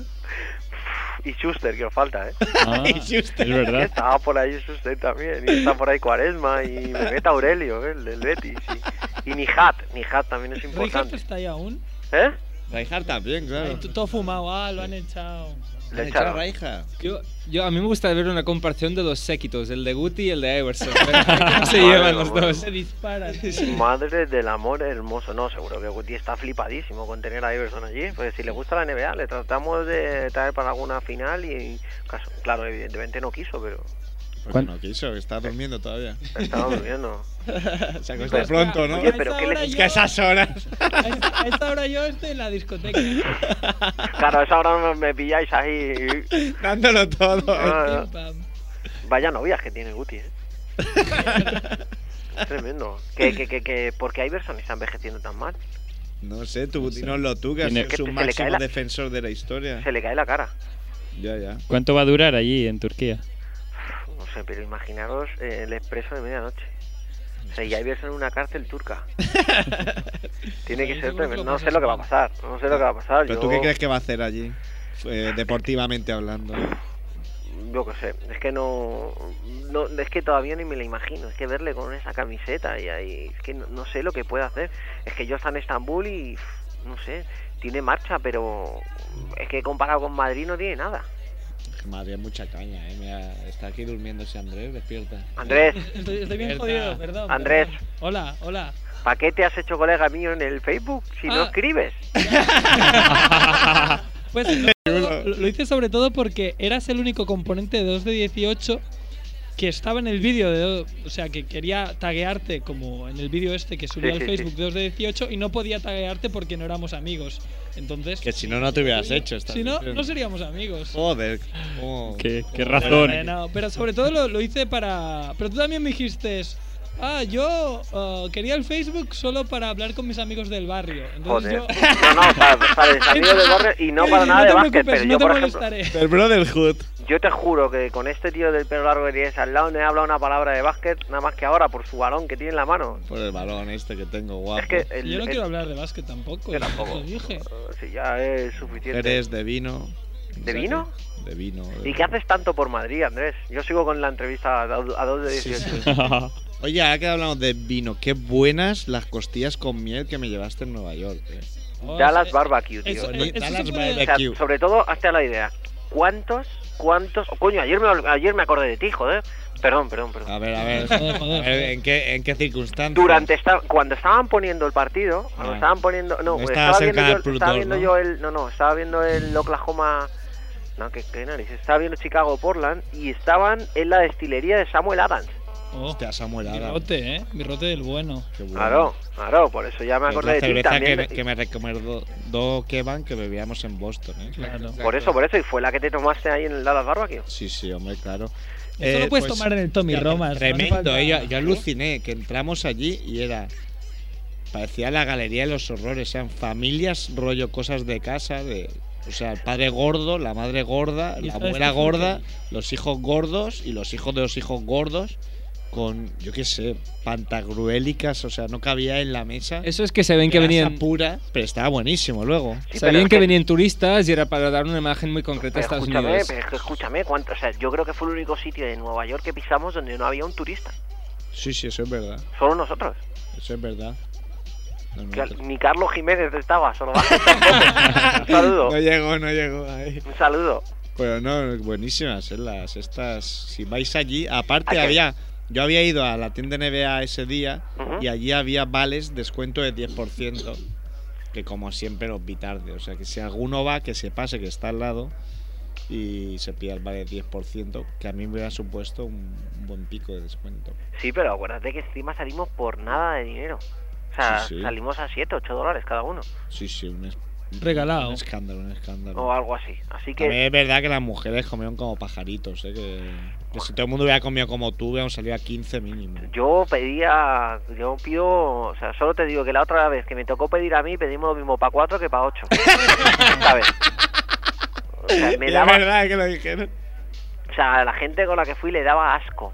Speaker 8: Y Schuster, que os falta, ¿eh?
Speaker 5: (laughs)
Speaker 11: Ah, es
Speaker 8: (laughs)
Speaker 11: verdad.
Speaker 8: Estaba por ahí Schuster también. Y está por ahí Cuaresma y Bebeta Aurelio, ¿eh? el del Betis. Y, y Nihat. Nihat también es
Speaker 7: Rijkaard
Speaker 8: importante.
Speaker 7: está ahí aún.
Speaker 8: ¿Eh?
Speaker 9: Reijar también,
Speaker 7: Ahí, t- todo fumado. Ah, lo han echado.
Speaker 8: Le echaron.
Speaker 12: Yo, yo- a mí me gusta ver una comparación de los séquitos, el de Guti y el de
Speaker 5: (laughs)
Speaker 12: Iverson. Pero ¿cómo Ah, se
Speaker 8: Ah, Madre
Speaker 12: llevan los
Speaker 8: mía.
Speaker 12: dos?
Speaker 7: Se dispara. tío.
Speaker 8: Madre del amor hermoso. No, seguro que Guti está flipadísimo con tener a Iverson allí. Pues si le gusta la NBA, le tratamos de traer para alguna final y... caso- Claro, evidentemente no quiso, pero
Speaker 9: Porque no quiso, está durmiendo
Speaker 8: (laughs)
Speaker 9: todavía.
Speaker 12: (laughs)
Speaker 8: estaba durmiendo.
Speaker 9: Se (laughs) acostó
Speaker 7: Pues,
Speaker 9: pronto,
Speaker 7: claro,
Speaker 9: ¿no?
Speaker 8: Oye,
Speaker 7: a
Speaker 8: pero
Speaker 7: esa
Speaker 8: ¿qué le-
Speaker 7: hora
Speaker 9: Es
Speaker 7: yo-
Speaker 9: que a esas horas. (laughs)
Speaker 7: a esta- a esta hora yo estoy en la discoteca.
Speaker 8: Claro, a esa hora me pilláis ahí.
Speaker 9: Dándolo todo.
Speaker 8: Ah,
Speaker 7: Pim, pam.
Speaker 8: Vaya novias que tiene Guti,
Speaker 9: (laughs)
Speaker 8: ¿eh? Es Tremendo. Que, que, que, que, ¿Por qué Iverson está envejeciendo tan mal?
Speaker 9: No sé, tú, dinoslo tú, que has
Speaker 11: Tiene-
Speaker 9: sido su
Speaker 8: Que se le cae
Speaker 9: máximo
Speaker 8: la-
Speaker 9: defensor de la historia.
Speaker 8: Se le cae la cara.
Speaker 9: Ya, ya.
Speaker 11: ¿Cuánto va a durar allí en Turquía?
Speaker 8: No sé, pero imaginaros eh, el expreso de medianoche. O sea, y Iverson en una cárcel
Speaker 9: (laughs)
Speaker 8: turca. Tiene que
Speaker 7: Ahí
Speaker 8: ser
Speaker 7: seguro que lo
Speaker 8: tremendo. No sé lo que va a pasar. No sé lo que va a pasar.
Speaker 9: ¿Pero
Speaker 8: Yo,
Speaker 9: tú qué crees que va a hacer allí? Eh, deportivamente hablando.
Speaker 8: yo qué sé. Es que no, no. Es que todavía ni me lo imagino. Es que verle con esa camiseta y ahí. Es que no, no sé lo que puede hacer. Es que yo está en Estambul y. No sé. Tiene marcha, pero. Es que comparado con Madrid no tiene nada.
Speaker 9: Madre, mucha caña, eh. Mira, está aquí durmiéndose Andrés, despierta.
Speaker 7: (laughs)
Speaker 8: Andrés,
Speaker 7: Estoy, estoy bien
Speaker 9: Berta.
Speaker 7: jodido, perdón.
Speaker 8: Andrés.
Speaker 7: perdón. Hola, hola.
Speaker 8: ¿para qué te has hecho colega mío en el Facebook si no
Speaker 7: Ah.
Speaker 8: escribes?
Speaker 7: Pues
Speaker 8: (laughs)
Speaker 7: lo, lo hice sobre todo porque eras el único componente de 2 de 18 que estaba en el vídeo de. O sea, que quería taguearte como en el vídeo este que subí
Speaker 8: Sí,
Speaker 7: al
Speaker 8: sí, sí.
Speaker 7: Facebook 2 de 18 y no podía taguearte porque no éramos amigos. Entonces.
Speaker 9: Que si no, no te hubieras hecho. estás
Speaker 7: Si no,
Speaker 9: diciendo. Oh,
Speaker 7: no seríamos amigos.
Speaker 9: Joder. cómo-
Speaker 11: Qué, qué
Speaker 7: Eh,
Speaker 11: razón.
Speaker 7: no, pero sobre todo lo, lo hice para. Pero tú también me dijiste. Ah, yo eh, quería el Facebook solo para hablar con mis amigos del barrio. Entonces
Speaker 8: Joder.
Speaker 7: pues yo.
Speaker 8: No,
Speaker 7: (laughs)
Speaker 8: no, para, para el desafío de Borges (laughs) y no para nada
Speaker 7: te
Speaker 8: de básquet,
Speaker 7: preocupes,
Speaker 8: pero
Speaker 7: (laughs) no
Speaker 8: yo,
Speaker 7: te
Speaker 8: por ejemplo,
Speaker 7: molestaré.
Speaker 9: El Brotherhood.
Speaker 8: yo te juro que con este tío del pelo largo que tienes al lado no he hablado una palabra de básquet, nada más que ahora por su balón que tiene en la mano.
Speaker 9: Por el balón este que tengo, guapo.
Speaker 8: Es que el,
Speaker 7: Ah, pues, Yo no
Speaker 8: el-
Speaker 7: quiero hablar de básquet tampoco.
Speaker 8: Yo
Speaker 7: ya
Speaker 8: tampoco.
Speaker 7: Lo dije.
Speaker 8: si ya es suficiente.
Speaker 9: Jerez de vino.
Speaker 8: ¿De vino?
Speaker 9: De vino. de-
Speaker 8: ¿Y qué haces tanto por Madrid, Andrés? Yo sigo con la entrevista a, do- a 2 de 18.
Speaker 9: Oye, ahora que hablamos de vino, qué buenas las costillas con miel que me llevaste en Nueva York. eh.
Speaker 7: Oh,
Speaker 8: Dallas
Speaker 7: eh,
Speaker 8: Barbecue, tío.
Speaker 7: Eso-
Speaker 9: Boni-
Speaker 7: eso
Speaker 9: Dallas
Speaker 7: se puede-
Speaker 8: O sea,
Speaker 9: Barbecue.
Speaker 8: sobre todo, hazte a la idea. ¿Cuántos, cuántos? oh, coño, ayer me, ayer me acordé de ti, joder. Perdón, perdón, perdón.
Speaker 9: A ver, a ver. a ver, ¿en, qué, ¿En qué circunstancias?
Speaker 8: Durante esta, cuando estaban poniendo el partido, cuando
Speaker 9: Ah.
Speaker 8: estaban poniendo, no,
Speaker 9: No
Speaker 8: pues
Speaker 9: estaba
Speaker 8: estaba
Speaker 9: cerca
Speaker 8: viendo, yo,
Speaker 9: del Pluto,
Speaker 8: estaba viendo
Speaker 9: ¿no?
Speaker 8: yo el, no, no, estaba viendo el Oklahoma, no, que, que narices, estaba viendo Chicago Portland y estaban en la destilería de Samuel Adams.
Speaker 9: Hostia, Samuel Adams.
Speaker 7: Birrote, oh, ¿eh? Birrote del bueno.
Speaker 8: Claro, claro, por eso ya me acordé
Speaker 9: Es Pues la
Speaker 8: de ti
Speaker 9: cerveza
Speaker 8: también. ¿eh?
Speaker 9: que, que me recomendó Kevan que bebíamos en Boston, ¿eh?
Speaker 8: Por eso, por eso, y fue la que te tomaste ahí en el Dallas Barbecue.
Speaker 9: Sí, sí, hombre, claro. pues
Speaker 8: Eso lo puedes tomar en el Tommy
Speaker 9: Eh, hostia,
Speaker 8: Romas, no hace
Speaker 9: Tremendo,
Speaker 8: falta-
Speaker 9: eh, yo, yo aluciné que entramos allí y era. Parecía la galería de los horrores, eran familias, rollo cosas de casa, de. O sea, el padre gordo, la madre gorda,
Speaker 12: Y
Speaker 9: la
Speaker 12: esta
Speaker 9: abuela
Speaker 12: es tu
Speaker 9: gorda, los hijos gordos y los hijos de los hijos gordos con, yo qué sé, pantagruélicas, o sea, no cabía en la mesa.
Speaker 12: Eso es que se ven que
Speaker 9: Grasa
Speaker 12: venían-
Speaker 9: pura, pero estaba buenísimo luego.
Speaker 12: Sabían que venían turistas y era para dar una imagen muy concreta a
Speaker 8: Pero
Speaker 12: Estados
Speaker 8: escúchame,
Speaker 12: Unidos.
Speaker 8: pero es que escúchame, cuánto, o sea, yo creo que fue el único sitio de Nueva York que pisamos donde no había un turista,
Speaker 9: Sí, sí, eso es verdad.
Speaker 8: solo nosotros.
Speaker 9: Eso es verdad. No, no,
Speaker 8: Que ni Carlos Jiménez estaba, solo (laughs) Un saludo.
Speaker 9: No llegó, no llegó. ahí.
Speaker 8: Un saludo.
Speaker 9: Pero no, buenísimas eh, las estas. Si vais allí, aparte
Speaker 8: ¿A qué?
Speaker 9: había. Yo había ido a la tienda NBA ese día
Speaker 8: Ujú.
Speaker 9: y allí había vales descuento de 10%. Que como siempre los vi tarde. O sea que si alguno va, que se pase, que está al lado y se pida el vale de 10%, que a mí me hubiera supuesto un buen pico de descuento.
Speaker 8: Sí, pero acuérdate que encima salimos por nada de dinero. O sea,
Speaker 9: Sí, sí.
Speaker 8: salimos a 7, 8 dólares cada uno,
Speaker 9: Sí, sí, un, es-
Speaker 8: Regalado.
Speaker 9: Un escándalo, un escándalo.
Speaker 8: o algo así. Así
Speaker 9: También
Speaker 8: que,
Speaker 9: es verdad que las mujeres comieron como pajaritos, ¿eh? que, que si todo el mundo hubiera comido como tú, hubiéramos salido a 15 mínimo.
Speaker 8: Yo pedía, yo pido, o sea, solo te digo que la otra vez que me tocó pedir a mí, pedimos lo mismo para cuatro que
Speaker 7: (laughs)
Speaker 8: para ocho. ¿Sabes? O sea, me
Speaker 9: Es
Speaker 8: daba,
Speaker 9: verdad que lo dijeron.
Speaker 8: o sea, a la gente con la que fui le daba asco.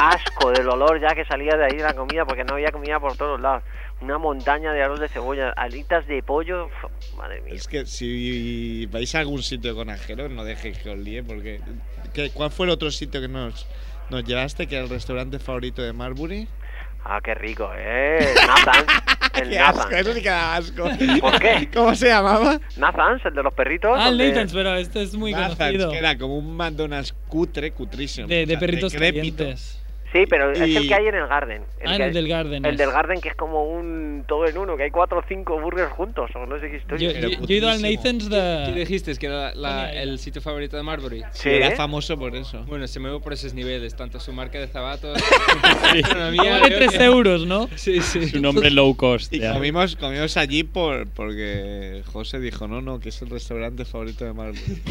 Speaker 8: Asco del olor ya que salía de ahí la comida porque no había comida por todos lados. Una montaña de arroz de cebolla, alitas de pollo, f- madre mía.
Speaker 9: Es que si vais a algún sitio con ajeros, no dejéis que os líe, porque. ¿qué- ¿Cuál fue el otro sitio que nos, nos llevaste? Que era el restaurante favorito de Marbury.
Speaker 8: Ah, qué rico, eh.
Speaker 9: (laughs)
Speaker 8: Nathan, el
Speaker 9: Qué
Speaker 8: Nathan.
Speaker 9: asco, eso sí que da asco.
Speaker 8: ¿Por qué?
Speaker 9: (laughs) ¿Cómo se llamaba?
Speaker 8: Nathan, el de los perritos.
Speaker 7: Ah, el
Speaker 8: donde-
Speaker 7: Nathan's, pero este es muy
Speaker 9: Nathan's,
Speaker 7: conocido.
Speaker 9: que era como un McDonald's cutre, cutrísimo.
Speaker 7: De, de
Speaker 9: o sea,
Speaker 7: perritos
Speaker 9: decrépito.
Speaker 7: calientes.
Speaker 8: Sí, pero es el
Speaker 9: Y-
Speaker 8: que hay en el Garden.
Speaker 7: Ah, en
Speaker 8: que-
Speaker 7: el del Garden
Speaker 8: El
Speaker 7: es.
Speaker 8: del Garden que es como un todo en uno, que hay cuatro o cinco burgers juntos, o no sé
Speaker 7: Yo,
Speaker 8: qué historia.
Speaker 7: yo- yo he ido al Nathan's
Speaker 12: ¿Qué
Speaker 7: de.
Speaker 12: dijiste? ¿Es que era la- el sitio favorito de Marbury?
Speaker 8: Sí, era ¿eh?
Speaker 9: famoso por eso.
Speaker 12: Bueno, se mueve por esos niveles, tanto su marca de
Speaker 7: (laughs)
Speaker 12: zapatos. (laughs)
Speaker 7: Ah, Vale 3 euros, ¿no?
Speaker 12: Sí, sí.
Speaker 5: Es un hombre low cost.
Speaker 9: Y
Speaker 5: ya.
Speaker 9: comimos, comimos allí por, porque José dijo, no, no, que es el restaurante favorito
Speaker 5: (laughs)
Speaker 9: de Marbury.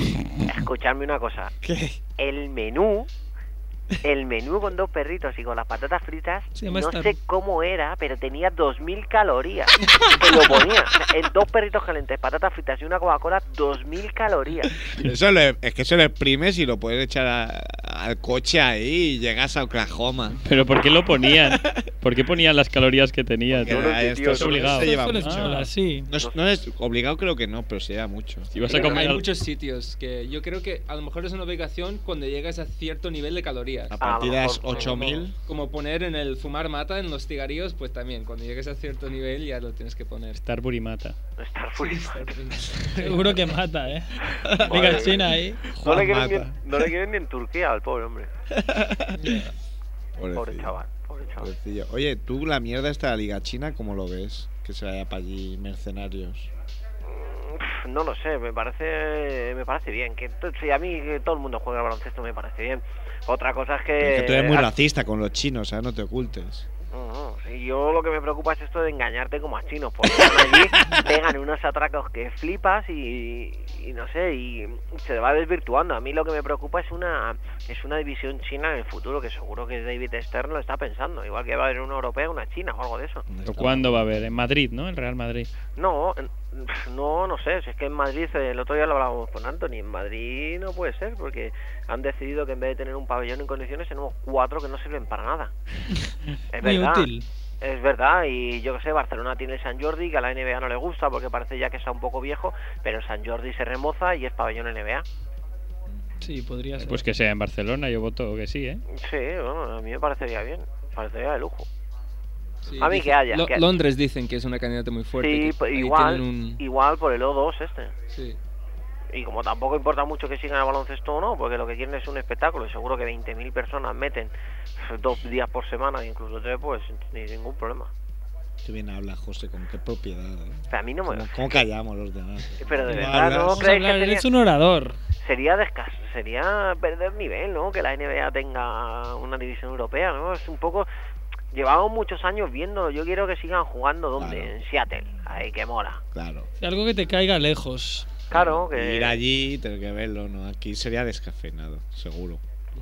Speaker 8: Escuchadme una cosa.
Speaker 9: ¿Qué?
Speaker 8: El menú, el menú con dos perritos y con las patatas fritas,
Speaker 7: Se llama
Speaker 8: no
Speaker 7: Star-
Speaker 8: sé cómo era, pero tenía 2000 calorías. (laughs) que lo ponía. O sea, en dos perritos calientes, patatas fritas y una Coca-Cola, 2000 calorías.
Speaker 9: Eso lo- es que eso lo exprimes y lo puedes echar a- al coche ahí y llegas a Oklahoma.
Speaker 5: Pero ¿por qué lo
Speaker 9: (laughs)
Speaker 5: ponían? ¿Por qué ponían las calorías que tenía?
Speaker 9: Porque
Speaker 5: tú?
Speaker 9: era- esto
Speaker 5: es
Speaker 9: se-
Speaker 5: obligado.
Speaker 9: se lleva
Speaker 7: Eso les
Speaker 9: mucho.
Speaker 7: mola, sí.
Speaker 9: No es, no es- obligado, creo que no, pero se lleva mucho.
Speaker 5: Y vas a comer
Speaker 12: Hay
Speaker 5: al-
Speaker 12: muchos sitios que yo creo que a lo mejor es una obligación cuando llegas a cierto nivel de calorías.
Speaker 5: Ah,
Speaker 12: Ah.
Speaker 9: A partir de las
Speaker 8: mejor,
Speaker 9: 8000.
Speaker 12: Como poner en el fumar mata en los cigarrillos, pues también, cuando llegues a cierto nivel ya lo tienes que poner.
Speaker 5: Starbury mata.
Speaker 8: Star Food.
Speaker 7: (laughs) Seguro que mata,
Speaker 8: (laughs)
Speaker 7: ¿eh?
Speaker 8: Madre
Speaker 7: Venga, China ¿eh? ahí.
Speaker 8: No
Speaker 9: Juan
Speaker 8: le, quieren ni,
Speaker 9: mata.
Speaker 8: en- no le quieren ni en Turquía al pobre hombre. Pobre
Speaker 9: Pobrecillo,
Speaker 8: chaval, pobre chaval.
Speaker 9: pobrecillo. Oye, tú la mierda esta de la Liga China, ¿cómo lo ves? Que se vaya para allí mercenarios.
Speaker 8: Pff, No lo sé, me parece me parece bien. que to- sí, A mí que todo el mundo juega al baloncesto me parece bien. Otra cosa es que...
Speaker 9: Pero que tú eres muy
Speaker 8: ah,
Speaker 9: racista con los chinos, ¿sabes? No te ocultes.
Speaker 8: no, no, Mm, sí, yo lo que me preocupa es esto de engañarte como a chinos. Porque van
Speaker 9: (laughs)
Speaker 8: allí pegan unos atracos que flipas y, y no sé, y se va desvirtuando. A mí lo que me preocupa es una es una división china en el futuro, que seguro que David Stern lo está pensando. Igual que va a haber una europea, una china o algo de eso.
Speaker 5: ¿Pero ¿Cuándo va a haber? En Madrid, ¿no? En Real Madrid.
Speaker 8: No, en- pf, no, no sé. Si es que en Madrid, eh, el otro día lo hablábamos con Anthony, en Madrid no puede ser porque han decidido que en vez de tener un pabellón en condiciones tenemos cuatro que no sirven para (laughs) nada. es
Speaker 7: Muy
Speaker 8: verdad.
Speaker 7: útil.
Speaker 8: Es verdad, y yo que sé, Barcelona tiene el San Jordi, que a la NBA no le gusta porque parece ya que está un poco viejo, pero el San Jordi se remoza y es pabellón NBA.
Speaker 7: Sí, podría ser.
Speaker 5: Pues que sea en Barcelona, yo voto que
Speaker 9: (laughs)
Speaker 5: sí, ¿eh?
Speaker 8: Sí, bueno, a mí me parecería bien, me parecería de lujo.
Speaker 12: Sí,
Speaker 8: A mí
Speaker 12: dije-
Speaker 8: que haya,
Speaker 12: Lo-
Speaker 8: que-
Speaker 7: Pues
Speaker 12: Londres dicen que es una candidata muy fuerte.
Speaker 8: Sí,
Speaker 12: que
Speaker 8: pues
Speaker 12: ahí
Speaker 8: igual,
Speaker 12: tienen un-
Speaker 8: igual por el O2 este.
Speaker 12: sí.
Speaker 8: Y como tampoco importa mucho que sigan el baloncesto o no, porque lo que quieren es un espectáculo y seguro que 20.000 personas meten dos días por semana, incluso tres, pues ni ningún problema.
Speaker 9: Qué bien habla José, con qué propiedad. ¿eh?
Speaker 8: Pero a mí no me-
Speaker 9: ¿Cómo, cómo callamos los demás?
Speaker 8: Pero de
Speaker 9: ¿Cómo
Speaker 8: verdad,
Speaker 9: hablas?
Speaker 8: ¿no creéis que sería,
Speaker 7: orador.
Speaker 8: sería descas- sería perder nivel, ¿no? Que la NBA tenga una división europea, ¿no? Es un poco... Llevamos muchos años viendo, yo quiero que sigan jugando donde, en Seattle, ahí que mola.
Speaker 9: Claro.
Speaker 7: Algo que te caiga lejos.
Speaker 8: Claro, que...
Speaker 9: Ir allí y tener que verlo, ¿no? Aquí sería descafeinado, seguro.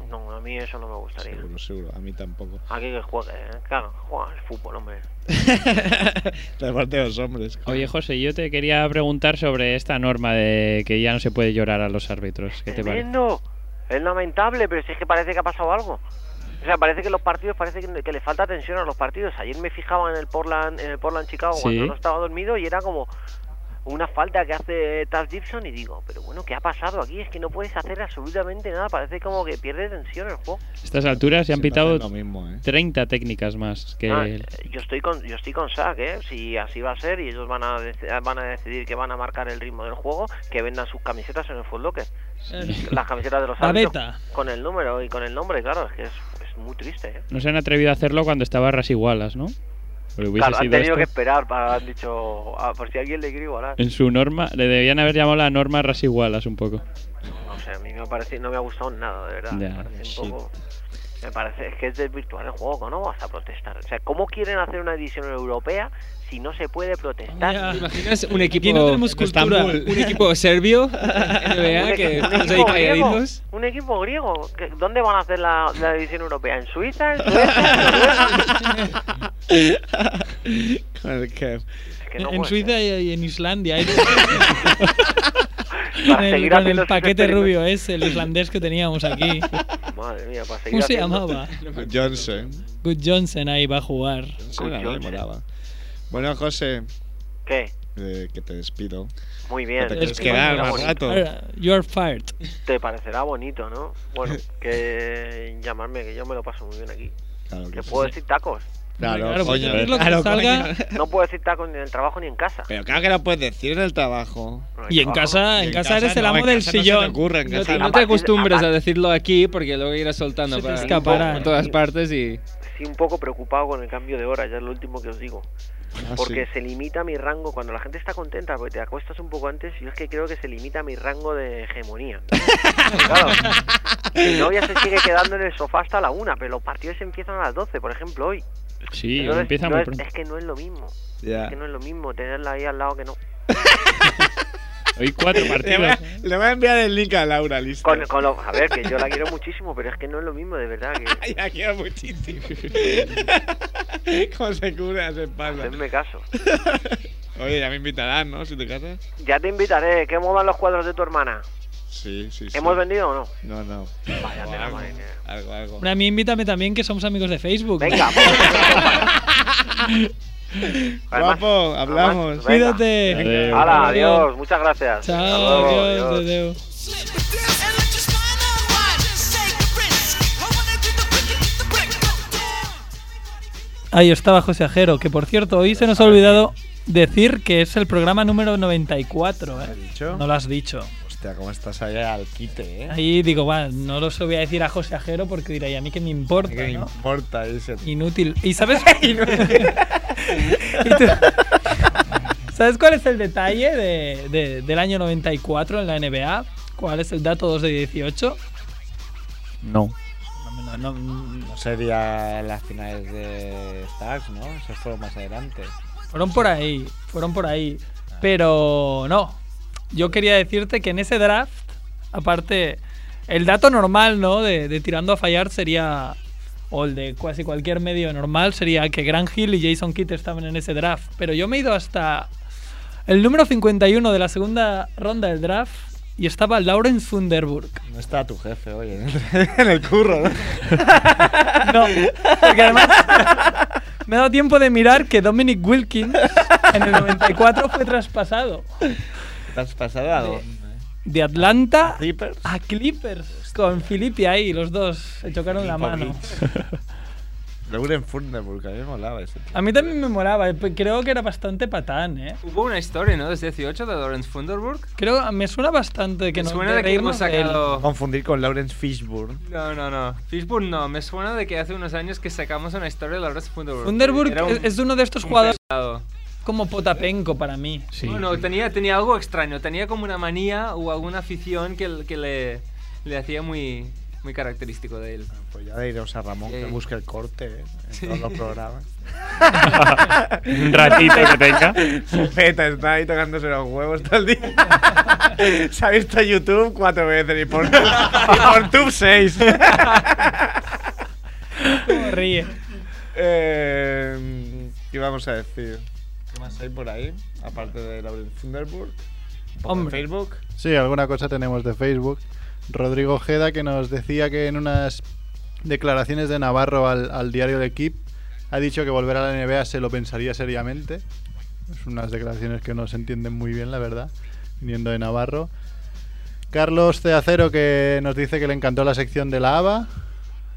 Speaker 8: No, a mí eso no me gustaría.
Speaker 9: Seguro, seguro. A mí tampoco.
Speaker 8: Aquí que juegue, ¿eh? claro, juega al fútbol, hombre.
Speaker 9: Aparte de los hombres.
Speaker 11: Oye, José, yo te quería preguntar sobre esta norma de que ya no se puede llorar a los árbitros. ¿Qué te parece?
Speaker 8: Tremendo. Es lamentable, pero si es que parece que ha pasado algo. O sea, parece que los partidos, parece que, que le falta atención a los partidos. Ayer me fijaba en el Portland, en el Portland Chicago
Speaker 11: Sí.
Speaker 8: cuando no estaba dormido y era como una falta que hace Taz Gibson y digo, pero bueno, ¿qué ha pasado aquí? Es que no puedes hacer absolutamente nada, parece como que pierde tensión el juego.
Speaker 11: A estas alturas se han pitado
Speaker 9: lo mismo, ¿eh? (laughs)
Speaker 11: 30 técnicas más que
Speaker 8: Ah,
Speaker 11: el-
Speaker 8: Yo estoy con yo estoy con SAC, ¿eh? si así va a ser y ellos van a dec- van a decidir que van a marcar el ritmo del juego, que vendan sus camisetas en el Foot Locker.
Speaker 7: (laughs)
Speaker 8: Las camisetas de los
Speaker 7: La
Speaker 8: árbitros
Speaker 7: beta.
Speaker 8: con el número y con el nombre, claro, es que es, es muy triste, ¿eh?
Speaker 11: No se han atrevido a hacerlo cuando estaba Rasigualas, ¿no? Pero hubiese
Speaker 8: Claro, han
Speaker 11: sido
Speaker 8: tenido
Speaker 11: esto- Eh.
Speaker 8: que esperar para han dicho ah, por si alguien le quiere igualar.
Speaker 11: En su norma, le debían haber llamado la norma Rasigualas un poco.
Speaker 8: No sé, a mí me parece no me ha gustado nada, de verdad.
Speaker 11: Ya,
Speaker 8: me parece
Speaker 11: shit.
Speaker 8: un poco me parece es que es desvirtuar el juego, ¿no? Vas a protestar. O sea, ¿cómo quieren hacer una edición europea si no se puede protestar? (laughs)
Speaker 12: ¿Te
Speaker 7: (laughs)
Speaker 12: imaginas un equipo
Speaker 8: Aquí no tenemos
Speaker 12: de Estambul,
Speaker 8: cultura.
Speaker 12: un equipo
Speaker 8: (laughs)
Speaker 12: serbio,
Speaker 8: Un
Speaker 12: NBA,
Speaker 8: equi-
Speaker 12: que
Speaker 8: un
Speaker 12: estamos ahí
Speaker 8: equipo griego,
Speaker 12: calladitos?
Speaker 8: Un equipo griego. ¿Qué- ¿Dónde van a hacer la, la división europea? ¿En
Speaker 7: (laughs)
Speaker 8: Suiza? ¿En Suecia? (laughs) que no
Speaker 7: en
Speaker 8: puede
Speaker 7: Suiza y, y en Islandia.
Speaker 8: (laughs)
Speaker 7: hay-
Speaker 8: Para
Speaker 7: con el,
Speaker 8: seguir
Speaker 7: con
Speaker 8: haciendo
Speaker 7: el
Speaker 8: sus
Speaker 7: paquete
Speaker 8: experimentos.
Speaker 7: rubio ese, el islandés que teníamos
Speaker 8: (laughs)
Speaker 7: aquí.
Speaker 8: Madre mía, para seguir
Speaker 7: ¿Cómo se
Speaker 8: haciendo-
Speaker 7: llamaba?
Speaker 9: Johnson.
Speaker 7: Good Johnson ahí va a jugar.
Speaker 9: Sí, nada, me molaba. Bueno, José,
Speaker 8: ¿Qué?
Speaker 9: eh, que te despido.
Speaker 8: Muy bien. Pues
Speaker 9: Que te quieres quedar más rato.
Speaker 7: You're fired.
Speaker 8: Te parecerá bonito, ¿no?
Speaker 9: (laughs)
Speaker 8: Bueno, que llamarme, que yo me lo paso muy bien aquí.
Speaker 9: Claro
Speaker 8: que puedo decir tacos.
Speaker 9: Claro,
Speaker 8: Claro,
Speaker 9: coño.
Speaker 8: pues, es lo que
Speaker 9: claro,
Speaker 8: salga.
Speaker 9: coño.
Speaker 8: No puedo decir tacos ni en el trabajo ni en casa.
Speaker 9: Pero claro que lo puedes decir en el trabajo.
Speaker 7: Y en casa- en casa eres el
Speaker 9: no,
Speaker 7: amo
Speaker 9: en
Speaker 7: del
Speaker 9: casa No, se
Speaker 7: sillón.
Speaker 9: te ocurre, en
Speaker 12: No,
Speaker 9: casa
Speaker 12: te- no
Speaker 9: no.
Speaker 12: te acostumbres a decirlo aquí porque luego irás soltando
Speaker 7: Se te
Speaker 12: para-
Speaker 7: escapará.
Speaker 12: por todas partes y...
Speaker 8: Sí, un poco preocupado con el cambio de hora, ya es lo último que os digo.
Speaker 12: Ah,
Speaker 8: porque
Speaker 12: sí.
Speaker 8: se limita mi rango, cuando la gente está contenta, porque te acuestas un poco antes, yo es que creo que se limita mi rango de
Speaker 9: (laughs)
Speaker 8: hegemonía. claro, mi novia se sigue quedando en el sofá hasta la una, pero los partidos empiezan a las 12, por ejemplo, hoy.
Speaker 11: Sí,
Speaker 8: Entonces,
Speaker 11: empieza
Speaker 8: no
Speaker 11: muy
Speaker 8: es-
Speaker 11: pronto. Ah.
Speaker 8: es que no es lo mismo.
Speaker 11: Ya.
Speaker 8: Es que no es lo mismo tenerla ahí al lado que no.
Speaker 11: Hoy
Speaker 8: (laughs)
Speaker 11: cuatro
Speaker 9: Le voy,
Speaker 11: partidos.
Speaker 9: a, le voy a enviar el link a Laura, listo.
Speaker 8: Con, con lo- a ver, que yo la quiero muchísimo, pero es que no es lo mismo, de verdad. Que...
Speaker 9: la quiero (laughs) muchísimo. ¿Cómo se cubre las espaldas?
Speaker 8: Hacedme caso.
Speaker 9: Oye, ya me invitarás, ¿no? Si te casas.
Speaker 8: Ya te invitaré, que muevan los cuadros de tu hermana.
Speaker 9: Sí, sí, sí.
Speaker 8: ¿Hemos vendido o no?
Speaker 9: No, no.
Speaker 8: Vaya, tela, madre mía.
Speaker 9: Algo, algo.
Speaker 7: Hombre, a mí invítame también, que somos amigos de Facebook. (laughs)
Speaker 8: Venga, Además-
Speaker 9: Guapo, hablamos.
Speaker 8: además,
Speaker 7: Cuídate.
Speaker 8: venga. Hala, adiós, muchas gracias.
Speaker 7: Chao,
Speaker 8: Hasta luego,
Speaker 7: adiós,
Speaker 8: adiós.
Speaker 7: adeu. Ahí estaba José Ajero, que por cierto, hoy se nos ha olvidado decir que es el programa número 94. ¿eh? No lo has dicho.
Speaker 4: Hostia, cómo estás allá al quite, ¿eh?
Speaker 7: Ahí digo, va, no lo voy a decir a José Ajero porque dirá, ¿y a mí qué me importa?
Speaker 4: ¿Qué
Speaker 7: ¿no?
Speaker 4: importa ese?
Speaker 7: Inútil. (laughs) ¿Y sabes? (laughs) ¿Y tú- ¿Sabes cuál es el detalle de- de- del año 94 en la NBA? ¿Cuál es el dato 2 de 18?
Speaker 11: No.
Speaker 7: No, no, no
Speaker 9: sería las finales de Stars, ¿no? Eso fue más adelante.
Speaker 7: Fueron por ahí, fueron por ahí. Pero no, yo quería decirte que en ese draft, aparte, el dato normal, ¿no? De, de tirando a fallar sería, o el de casi cualquier medio normal, sería que Grant Hill y Jason Kidd estaban en ese draft. Pero yo me he ido hasta el número 51 de la segunda ronda del draft y estaba Lawrence Funderburg.
Speaker 4: No está tu jefe hoy ¿eh? (laughs) en el curro, ¿no?
Speaker 7: No, (laughs) porque además me ha dado tiempo de mirar que Dominic Wilkins en el 94 fue traspasado.
Speaker 4: ¿Te has pasado a dónde?
Speaker 7: De Atlanta
Speaker 4: Clippers.
Speaker 7: a Clippers. Con Filippi ahí, los dos se chocaron la mano.
Speaker 4: Lauren Furtenburg, a mí me molaba ese tío.
Speaker 7: A mí también me molaba. p- Creo que era bastante patán, ¿eh?
Speaker 12: Hubo una historia, ¿no? Desde 18 de Lawrence Funderburg.
Speaker 7: Creo, me suena bastante que
Speaker 12: Me
Speaker 7: nos
Speaker 12: suena de que hemos
Speaker 7: reímos de él.
Speaker 12: sacado.
Speaker 4: Confundir con Lawrence Fishburne.
Speaker 12: No, no, no. Fishburne no. Me suena de que hace unos años que sacamos una historia de Lawrence Funderburg.
Speaker 7: Funderburg
Speaker 12: Era un-
Speaker 7: es- es uno de estos jugadores
Speaker 12: pesado.
Speaker 7: como Potapenco para mí.
Speaker 12: Bueno, tenía, tenía algo extraño. Tenía como una manía o alguna afición que, l- que le, le hacía muy, muy característico de él.
Speaker 4: Pues ya le iremos a Ramón que
Speaker 12: Sí.
Speaker 4: busque el corte ¿eh? en
Speaker 12: Sí.
Speaker 4: todos los programas.
Speaker 5: Un ratito que tenga.
Speaker 4: Se Peta, está ahí tocándose los huevos todo el día.
Speaker 7: (laughs)
Speaker 4: Se ha visto YouTube cuatro veces y por, y por Tube seis.
Speaker 7: Cómo ríe.
Speaker 4: Eh, ¿Qué vamos a decir? ¿Qué más hay por ahí? Aparte de Lauren Thunderburg. Un poco de
Speaker 7: Hombre.
Speaker 4: Facebook.
Speaker 6: Sí, alguna cosa tenemos de Facebook. Rodrigo Ojeda que nos decía que en unas declaraciones de Navarro al, al diario El Equipo ha dicho que volver a la NBA se lo pensaría seriamente. Es unas declaraciones que no se entienden muy bien, la verdad, viniendo de Navarro. Carlos Ceacero que nos dice que le encantó la sección de la ABA.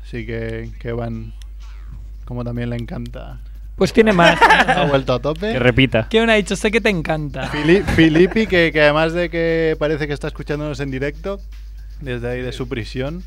Speaker 6: Así que, que van como también le encanta.
Speaker 7: Pues
Speaker 12: (laughs)
Speaker 7: tiene más.
Speaker 6: Ha vuelto a tope.
Speaker 5: Que repita.
Speaker 7: ¿Qué me ha dicho? Sé que te encanta.
Speaker 6: Fili- Filippi, que, que además de que parece que está escuchándonos en directo, desde ahí de su prisión,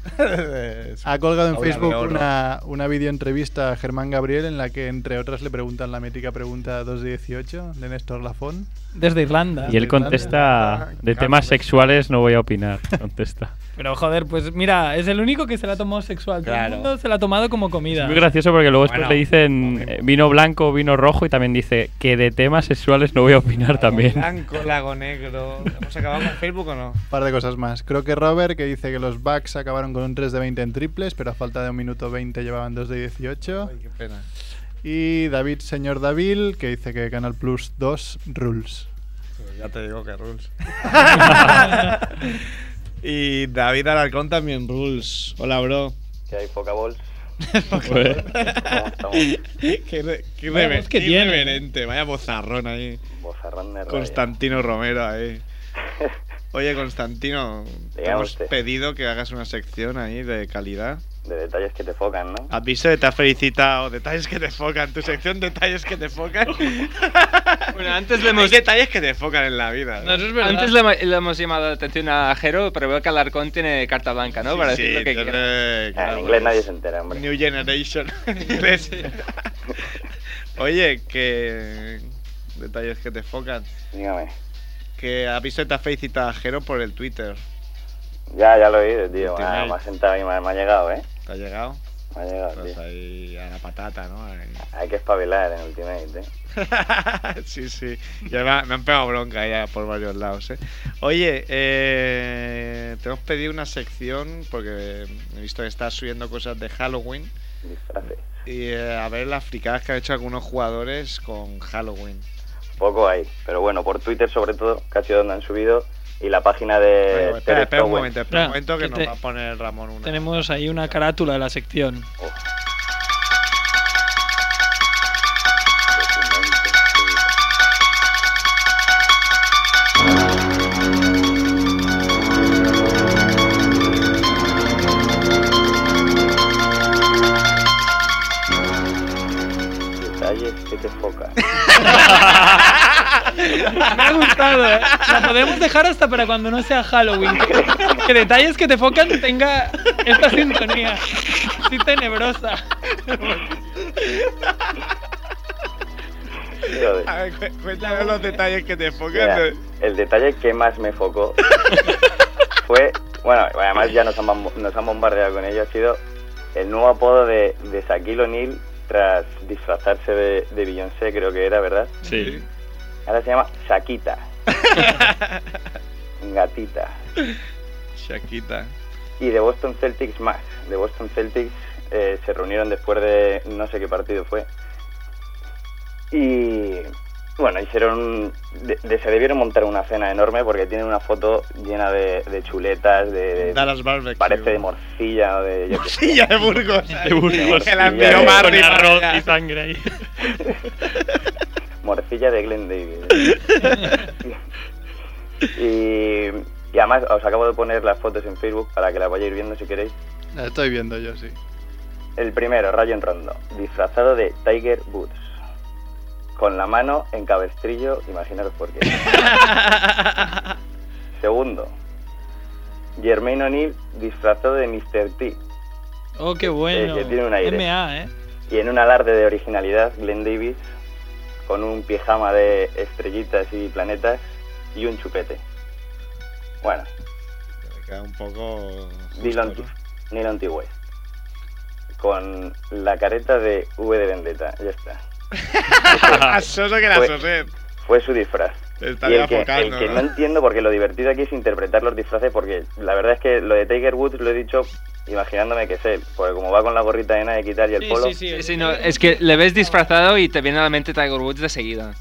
Speaker 6: ha colgado en
Speaker 4: Aula de
Speaker 6: Facebook
Speaker 4: oro.
Speaker 6: una, una videoentrevista a Germán Gabriel en la que, entre otras, le preguntan la mítica pregunta 218 de Néstor Lafón.
Speaker 7: Desde Irlanda.
Speaker 5: Y él contesta, de temas sexuales no voy a opinar. Contesta.
Speaker 7: Pero joder, pues mira, es el único que se la ha tomado sexual. Todo
Speaker 9: Claro.
Speaker 7: el mundo se la ha tomado como comida.
Speaker 5: Muy gracioso porque luego después
Speaker 9: Bueno,
Speaker 5: le dicen eh, vino blanco, vino rojo y también dice que de temas sexuales no voy a opinar también.
Speaker 9: Blanco, lago negro. ¿Hemos acabado con Facebook o no?
Speaker 6: Un par de cosas más. Creo que Robert, que dice que los Bucks acabaron con un 3 de 20 en triples, pero a falta de un minuto 20 llevaban 2 de 18.
Speaker 4: Ay, qué
Speaker 9: (laughs)
Speaker 4: pena.
Speaker 6: Y David, señor Davil, que dice que Canal Plus 2 rules.
Speaker 4: Pero Ya te digo que rules. y David Alarcón también rules.
Speaker 9: Hola, bro.
Speaker 10: Que hay poca bols.
Speaker 9: (laughs) qué re- qué
Speaker 7: Vaya
Speaker 9: rever-
Speaker 7: voz que
Speaker 9: qué
Speaker 7: tiene.
Speaker 9: irreverente, vaya bozarrón ahí.
Speaker 10: Bozarrón de raya.
Speaker 9: Constantino Romero ahí. Oye, Constantino, te
Speaker 10: Diga
Speaker 9: hemos
Speaker 10: usted.
Speaker 9: pedido que hagas una sección ahí de calidad.
Speaker 10: De detalles que te focan, ¿no?
Speaker 9: ¿Has visto que te ha felicitado? Detalles que te focan, tu sección detalles que te focan.
Speaker 12: (laughs) Bueno, antes le
Speaker 9: Hay
Speaker 12: hemos,
Speaker 9: detalles que te focan en la vida. ¿no?
Speaker 12: antes le, hemos- le hemos llamado la atención a Jero, pero veo que Alarcón tiene carta blanca, ¿no?
Speaker 9: Sí,
Speaker 12: Para
Speaker 9: sí,
Speaker 12: decir lo que
Speaker 9: tiene-
Speaker 12: quiera.
Speaker 9: claro,
Speaker 10: en inglés
Speaker 9: pues,
Speaker 10: nadie se entera, hombre.
Speaker 9: New Generation. (laughs) inglés. Oye, que. Detalles que te focan.
Speaker 10: Dígame.
Speaker 9: Que a visto que te ha felicitado a Jero por el Twitter.
Speaker 10: Ya, ya lo he oído, tío.
Speaker 9: Tiene
Speaker 10: Ah,
Speaker 9: ahí.
Speaker 10: me ha sentado y me ha, me ha llegado, ¿eh?
Speaker 9: ¿Te ha llegado?
Speaker 10: Me ha llegado,
Speaker 9: Pues
Speaker 10: tío.
Speaker 9: ahí a la patata, ¿no? Ahí.
Speaker 10: Hay que espabilar en Ultimate, ¿eh?
Speaker 9: (laughs) sí, sí. Ya me, ha- me han pegado bronca ya por varios lados, ¿eh? Oye, eh, te hemos pedido una sección porque he visto que estás subiendo cosas de Halloween.
Speaker 10: Disfraces.
Speaker 9: Y eh, a ver las fricadas que han hecho algunos jugadores con Halloween.
Speaker 10: Poco hay. Pero bueno, por Twitter sobre todo, que ha sido donde han subido. Y la página
Speaker 9: Bueno,
Speaker 10: de...
Speaker 9: espera,
Speaker 10: Terry
Speaker 9: espera un
Speaker 10: Stowell.
Speaker 9: momento, espera un
Speaker 7: Espera,
Speaker 9: momento que,
Speaker 7: que
Speaker 9: nos
Speaker 7: te-
Speaker 9: va a poner Ramón una. (laughs)
Speaker 7: Tenemos ahí una carátula de la sección.
Speaker 10: Detalles que te focan.
Speaker 7: Me ha gustado, ¿eh? La podemos dejar hasta para cuando no sea Halloween. Que detalles que te focan tenga esta sintonía. Sí, tenebrosa.
Speaker 10: Joder.
Speaker 9: A ver, cu- cuéntanos los detalles que te enfocan.
Speaker 10: Mira, el detalle que más me focó fue, bueno, además ya nos han, bom- nos han bombardeado con ello, ha sido el nuevo apodo de, de Shaquille O'Neal tras disfrazarse de, de Beyoncé, creo que era, ¿verdad?
Speaker 5: Sí.
Speaker 10: Ahora se llama Shakita. Gatita.
Speaker 9: Shaquita.
Speaker 10: Y de Boston Celtics más. De Boston Celtics eh, se reunieron después de no sé qué partido fue. Y bueno, hicieron. un- de- de- se debieron montar una cena enorme porque tienen una foto llena de, de chuletas, de. de-
Speaker 9: Dallas Barbecue.
Speaker 10: Eh, parece de morcilla o de. yo qué sé.
Speaker 9: Morcilla de
Speaker 11: (laughs)
Speaker 9: Burgos.
Speaker 5: De Burgos.
Speaker 9: Que la
Speaker 10: Morcilla
Speaker 9: envió
Speaker 10: de-
Speaker 5: Con
Speaker 9: Marvin.
Speaker 5: arroz y sangre ahí.
Speaker 10: morcilla de Glenn Davis. y, y además os acabo de poner las fotos en Facebook para que las vayáis viendo si queréis.
Speaker 6: La estoy viendo yo, sí.
Speaker 10: El primero, Ryan Rondo, disfrazado de Tiger Woods. Con la mano en cabestrillo, imaginaros por qué. Segundo, Jermaine O'Neill disfrazado de Mr. T.
Speaker 7: (laughs) Oh, qué bueno.
Speaker 10: que tiene un aire.
Speaker 7: MA, ¿eh?
Speaker 10: Y en un alarde de originalidad, Glenn Davis, con un pijama de estrellitas y planetas y un chupete. Bueno,
Speaker 9: Queda un poco.
Speaker 10: Dylan
Speaker 9: (laughs)
Speaker 10: T- Dylan T. West. Con la careta de V de Vendetta, ya está.
Speaker 9: Más soso Ah, que la
Speaker 10: Fue-
Speaker 9: Soset.
Speaker 10: Fue su disfraz.
Speaker 9: Está
Speaker 10: Pues, Y
Speaker 9: bien
Speaker 10: el que, el
Speaker 9: afocando,
Speaker 10: que no
Speaker 9: ¿no?
Speaker 10: entiendo, porque lo divertido aquí es interpretar los disfraces, porque la verdad es que lo de Tiger Woods lo he dicho imaginándome que es él, porque como va con la gorrita de Nike y tal y el polo,
Speaker 12: Sí, no, es que le ves disfrazado y te viene a la mente Tiger Woods de seguida.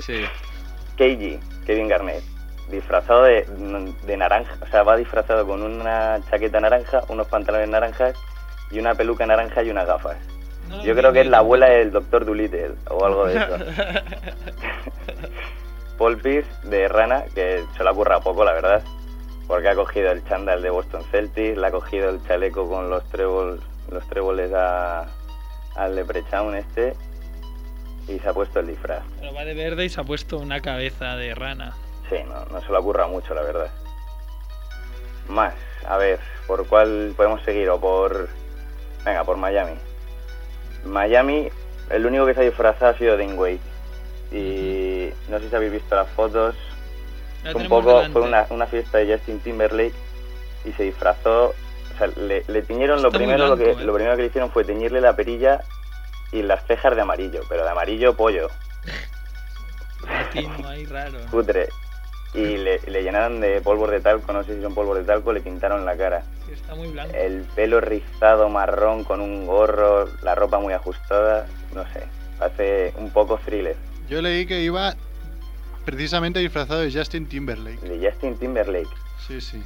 Speaker 12: Sí.
Speaker 10: KG, Kevin Garnett, disfrazado de, de naranja, o sea, va disfrazado con una chaqueta naranja, unos pantalones naranjas y una peluca naranja y unas gafas. Yo creo que es la abuela del Doctor Dolittle o algo de eso. Paul Pierce de Rana, que se la curra poco, la verdad, porque ha cogido el chándal de Boston Celtics, le ha cogido el chaleco con los tréboles, los tréboles a, al Leprechaun este y se ha puesto el disfraz.
Speaker 7: Pero va de verde y se ha puesto una cabeza de rana.
Speaker 10: Sí, no, no se lo ocurra mucho, la verdad. Más, a ver, ¿por cuál podemos seguir? O por. Venga, por Miami. Miami, el único que se ha disfrazado ha sido Dingway. Y no sé si habéis visto las fotos.
Speaker 7: La
Speaker 10: Fue un
Speaker 7: tenemos
Speaker 10: poco,
Speaker 7: delante.
Speaker 10: fue una, una fiesta de Justin Timberlake y se disfrazó. O sea, le, le tiñeron lo
Speaker 7: Está muy
Speaker 10: primero, lo, que,
Speaker 7: blanco, ¿eh?
Speaker 10: lo primero que le hicieron fue teñirle la perilla y las cejas de amarillo, pero de amarillo pollo.
Speaker 7: Latino ahí raro.
Speaker 10: cutre. Y le, le llenaron de polvos de talco, no sé si son polvos de talco, le pintaron la cara.
Speaker 7: Está muy blanco.
Speaker 10: El pelo rizado marrón con un gorro, la ropa muy ajustada, no sé. Hace un poco thriller.
Speaker 6: Yo leí que iba precisamente disfrazado de Justin Timberlake.
Speaker 10: De Justin Timberlake.
Speaker 6: Sí, sí.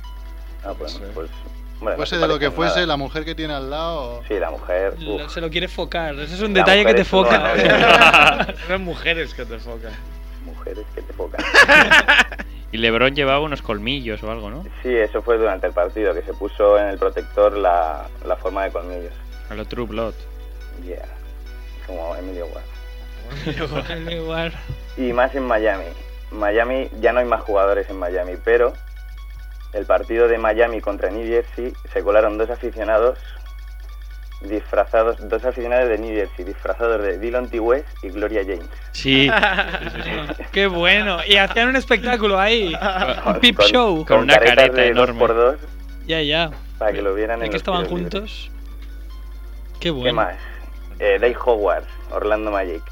Speaker 10: No, pues, pues, hombre, no
Speaker 6: fuese de
Speaker 10: se
Speaker 6: lo
Speaker 10: parece
Speaker 6: que
Speaker 10: en
Speaker 6: fuese,
Speaker 10: nada.
Speaker 6: la mujer que tiene al lado.
Speaker 10: Sí, la mujer. uf.
Speaker 7: Lo- se lo quiere focar. Ese es un
Speaker 10: La
Speaker 7: detalle que
Speaker 10: mujer
Speaker 7: te
Speaker 10: es una
Speaker 7: foca.
Speaker 10: novia.
Speaker 9: Son mujeres que te focan.
Speaker 10: Mujeres que te focan.
Speaker 11: Y LeBron llevaba unos colmillos o algo, ¿no?
Speaker 10: Sí, eso fue durante el partido, que se puso en el protector la, la forma de colmillos.
Speaker 11: A lo True Blood.
Speaker 10: Yeah. Como Emilio
Speaker 7: (laughs)
Speaker 10: Watt.
Speaker 7: Al igual.
Speaker 10: Y más en Miami. Miami, ya no hay más jugadores en Miami, pero el partido de Miami contra New Jersey se colaron dos aficionados disfrazados, dos aficionados de New Jersey, disfrazados de Dylan T. West y Gloria James.
Speaker 11: (laughs) Sí.
Speaker 7: Qué bueno. Y hacían un espectáculo
Speaker 10: (laughs)
Speaker 7: ahí. Un peep show.
Speaker 11: Ah, Con una
Speaker 10: caretas
Speaker 11: careta
Speaker 10: de dos
Speaker 11: enorme.
Speaker 10: por dos
Speaker 7: Ya, ya.
Speaker 10: para que lo vieran
Speaker 7: Ya
Speaker 10: en
Speaker 7: que
Speaker 10: los
Speaker 7: estaban
Speaker 10: tiros libres.
Speaker 7: juntos. Qué
Speaker 10: ¿Qué
Speaker 7: bueno.
Speaker 10: más? Eh, Dave Howard, Orlando Magic.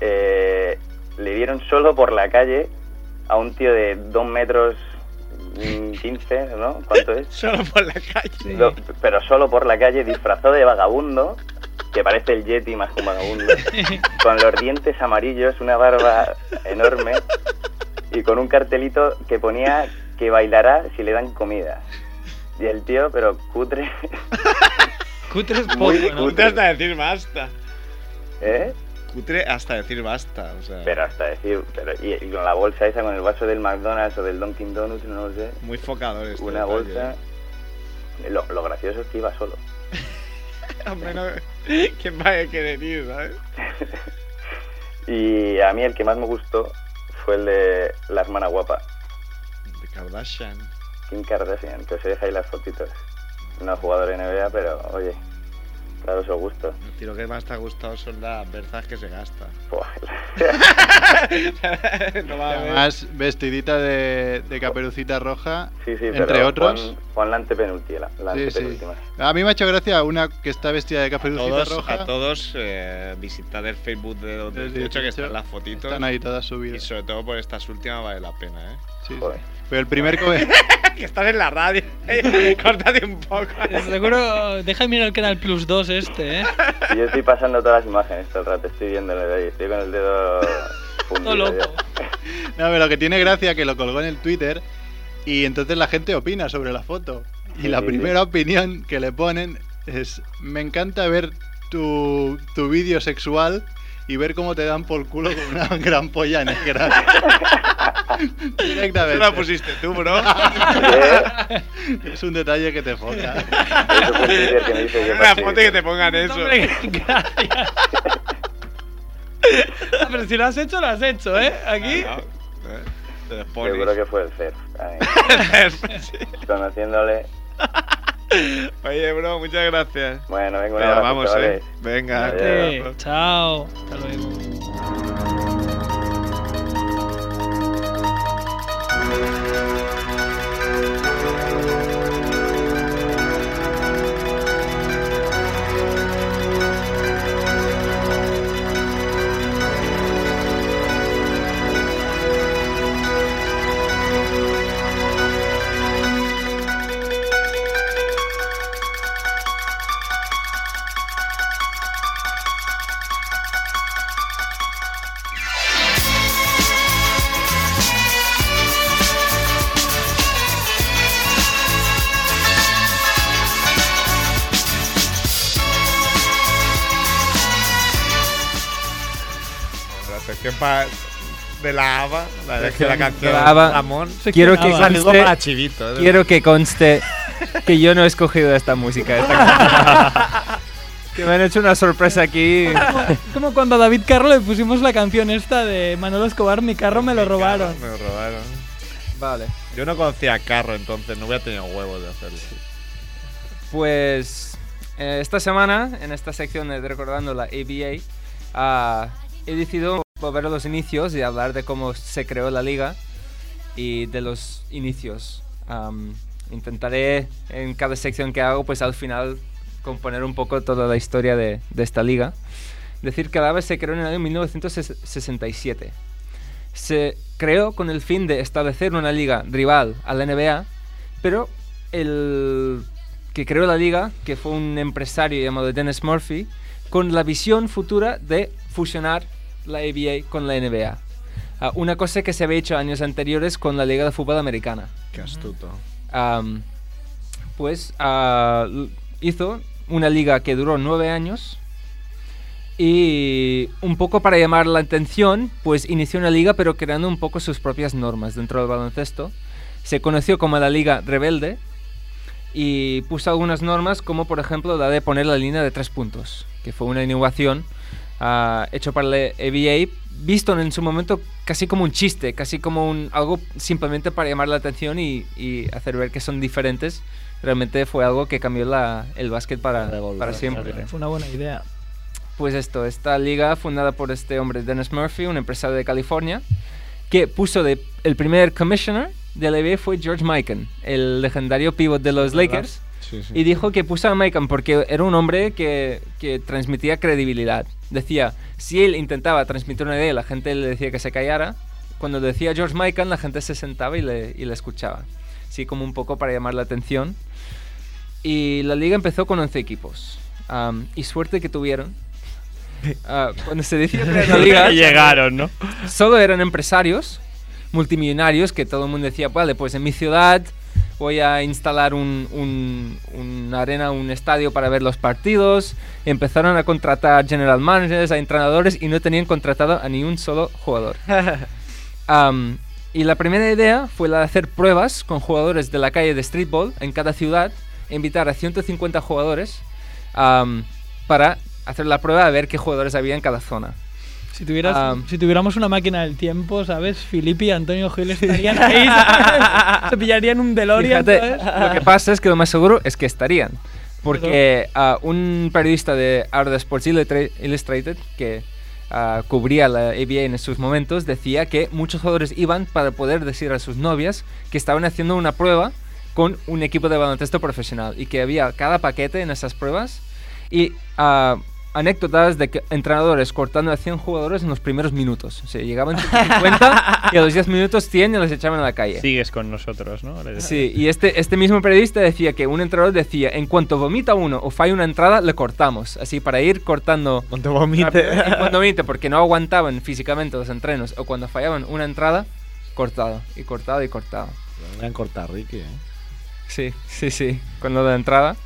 Speaker 10: Eh, le dieron solo por la calle a un tío de 2 metros mm, 15, ¿no? ¿Cuánto es?
Speaker 9: Solo por la calle.
Speaker 10: Do- pero solo por la calle, disfrazado de vagabundo, que parece el Yeti más que un vagabundo, con los dientes amarillos, una barba enorme y con un cartelito que ponía que bailará si le dan comida. Y el tío, pero cutre, (laughs)
Speaker 7: Cutre es
Speaker 10: Muy
Speaker 7: poco, ¿no?
Speaker 9: Cutre hasta decir basta.
Speaker 10: ¿eh?
Speaker 9: Cutre hasta decir basta. O sea,
Speaker 10: Pero hasta decir, pero, y, y con la bolsa esa, con el vaso del McDonald's o del Dunkin' Donuts, no lo sé,
Speaker 9: muy focador este
Speaker 10: una
Speaker 9: detalle,
Speaker 10: bolsa. Lo, lo gracioso es que iba solo.
Speaker 9: ¿eh? (laughs) Hombre, no- ¿Quién va a querer ir, sabes?
Speaker 10: Y a mí el que más me gustó fue el de la hermana guapa.
Speaker 9: De Kardashian.
Speaker 10: Kim Kardashian, que os deja ahí las fotitos. No es jugador NBA, pero oye, claro, su gusto.
Speaker 9: El tiro que más te ha gustado son las berzas que se gasta. (laughs) no va a haber-
Speaker 6: Además, vestidita de, de caperucita roja,
Speaker 10: (laughs) Sí, sí,
Speaker 6: entre
Speaker 10: pero
Speaker 6: otros.
Speaker 10: Pon, pon la antepenúltima. La, la
Speaker 6: Sí, sí.
Speaker 10: antepenúltima.
Speaker 6: A mí me ha hecho gracia una que está vestida de
Speaker 9: A
Speaker 6: caperucita
Speaker 9: todos,
Speaker 6: roja.
Speaker 9: a todos eh, visitad el Facebook de los
Speaker 6: Del
Speaker 9: 18 que
Speaker 6: 18,
Speaker 9: están las fotitos.
Speaker 6: Están ahí todas subidas.
Speaker 9: Y sobre todo por estas últimas vale la pena, ¿eh?
Speaker 6: Sí, sí.
Speaker 10: Joder.
Speaker 6: Pero el primer cobe-
Speaker 9: (laughs) que estás en la (laughs) radio. Córtate un poco.
Speaker 7: Seguro, deja de mirar el Canal Plus 2 este, ¿eh?
Speaker 10: Y Yo estoy pasando todas las imágenes todo el rato, estoy viéndole de ahí, estoy con el dedo fundido.
Speaker 7: Todo loco.
Speaker 10: ya.
Speaker 6: No, pero lo que tiene gracia que lo colgó en el Twitter y entonces la gente opina sobre la foto. Y
Speaker 10: Sí,
Speaker 6: la
Speaker 10: sí,
Speaker 6: primera opinión que le ponen es: Me encanta ver tu, tu vídeo (laughs) sexual y ver cómo te dan por culo con una gran polla negra. Directamente.
Speaker 9: Eso la pusiste tú, (laughs) bro.
Speaker 6: es un detalle que te foca.
Speaker 9: (laughs) Una foto y que te pongan eso.
Speaker 7: Hombre, (laughs) gracias. Ah, Pero si lo has hecho, lo has hecho, ¿eh? Aquí.
Speaker 9: ¿eh?
Speaker 10: Yo creo que fue el CERF. ahí. Conociéndole.
Speaker 9: Oye, bro, muchas gracias.
Speaker 10: Bueno, venga, un
Speaker 9: Venga,
Speaker 10: abrazo,
Speaker 9: vamos,
Speaker 10: chavales.
Speaker 9: eh. Venga,
Speaker 10: Adiós.
Speaker 7: Sí, chao. Hasta luego.
Speaker 9: Gracias. ¿Qué pa- De la ABBA, la, de la canción
Speaker 13: Graba-
Speaker 9: Ramón.
Speaker 13: Quiero que
Speaker 9: Saludo
Speaker 13: conste,
Speaker 9: para Chivito. eh, de
Speaker 13: quiero
Speaker 9: verdad.
Speaker 13: que conste que yo no he escogido esta música. esta canción. que me han hecho una sorpresa aquí.
Speaker 7: Es como cuando a David Carro le pusimos la canción esta de Manolo Escobar, mi carro me lo robaron.
Speaker 9: Me lo robaron.
Speaker 13: Vale.
Speaker 9: Yo no conocía a Carro, entonces no hubiera tenido huevos de hacerlo.
Speaker 8: Pues eh, esta semana, en esta sección de Recordando la ABA, ah, he decidido volver a los inicios y hablar de cómo se creó la liga y de los inicios. Am, intentaré en cada sección que hago, pues al final componer un poco toda la historia de, de esta liga. Decir que la ABA se creó en el año 1967. Se creó con el fin de establecer una liga rival a la NBA, pero el que creó la liga, que fue un empresario llamado Dennis Murphy, con la visión futura de fusionar la ABA con la NBA. Ah, una cosa que se había hecho años anteriores con la Liga de Fútbol Americana.
Speaker 9: Qué astuto.
Speaker 8: Am, pues ah, l- hizo una liga que duró nueve años y un poco para llamar la atención, pues inició una liga pero creando un poco sus propias normas dentro del baloncesto. Se conoció como la Liga Rebelde y puso algunas normas como por ejemplo la de poner la línea de tres puntos, que fue una innovación ah, hecho para la ABA, visto en su momento casi como un chiste, casi como un, algo simplemente para llamar la atención y, y hacer ver que son diferentes. Realmente fue algo que cambió la- el básquet para, para siempre.
Speaker 7: Fue una buena idea.
Speaker 8: Pues esto, esta liga fundada por este hombre, Dennis Murphy, un empresario de California, que puso de, el primer commissioner de la NBA fue George Mikan, el legendario pivot de los
Speaker 9: ¿Verdad?
Speaker 8: Lakers.
Speaker 9: Sí, sí.
Speaker 8: Y dijo que puso a Mikan porque era un hombre que, que transmitía credibilidad. Decía, si él intentaba transmitir una idea, la gente le decía que se callara. Cuando decía George Mikan, la gente se sentaba y le, y le escuchaba. Así como un poco para llamar la atención. Y la liga empezó con 11 equipos. Am, y suerte que tuvieron. Ah, cuando se decidió crear la liga...
Speaker 4: Llegaron, ¿no?
Speaker 8: Solo eran empresarios multimillonarios que todo el mundo decía, vale, pues en mi ciudad voy a instalar un, un- una arena, un estadio para ver los partidos. Empezaron a contratar general managers, a entrenadores y no tenían contratado a ni un solo jugador. Am, y la primera idea fue la de hacer pruebas con jugadores de la calle de streetball en cada ciudad, e invitar a 150 jugadores am, para hacer la prueba de ver qué jugadores había en cada zona.
Speaker 7: Si, tuvieras,
Speaker 8: Ah.
Speaker 7: si tuviéramos una máquina del tiempo, ¿sabes? Filippi y Antonio Gil
Speaker 8: (laughs)
Speaker 7: estarían ahí. ¿sabes? Se pillarían un DeLorean,
Speaker 8: Fíjate,
Speaker 7: ¿sabes?
Speaker 8: lo que pasa es que lo más seguro es que estarían. Porque ah, un periodista de Arda Sports Illustra- Illustrated, que ah, cubría la ABA en sus momentos, decía que muchos jugadores iban para poder decir a sus novias que estaban haciendo una prueba con un equipo de baloncesto profesional y que había cada paquete en esas pruebas y ah, anécdotas de que entrenadores cortando a 100 jugadores en los primeros minutos. O sea, llegaban 50 y a los 10 minutos 100 y los echaban a la calle.
Speaker 4: Sigues con nosotros, ¿no? Le decía.
Speaker 8: Sí, y este, este mismo periodista decía que un entrenador decía, en cuanto vomita uno o falla una entrada, le cortamos. Así para ir cortando... Cuando
Speaker 14: vomite.
Speaker 8: Cuando vomite, porque no aguantaban físicamente los entrenos. O cuando fallaban una entrada, cortado. Y cortado y cortado.
Speaker 14: Lo han cortado, Ricky, eh.
Speaker 8: Sí, sí, sí, con lo de la entrada.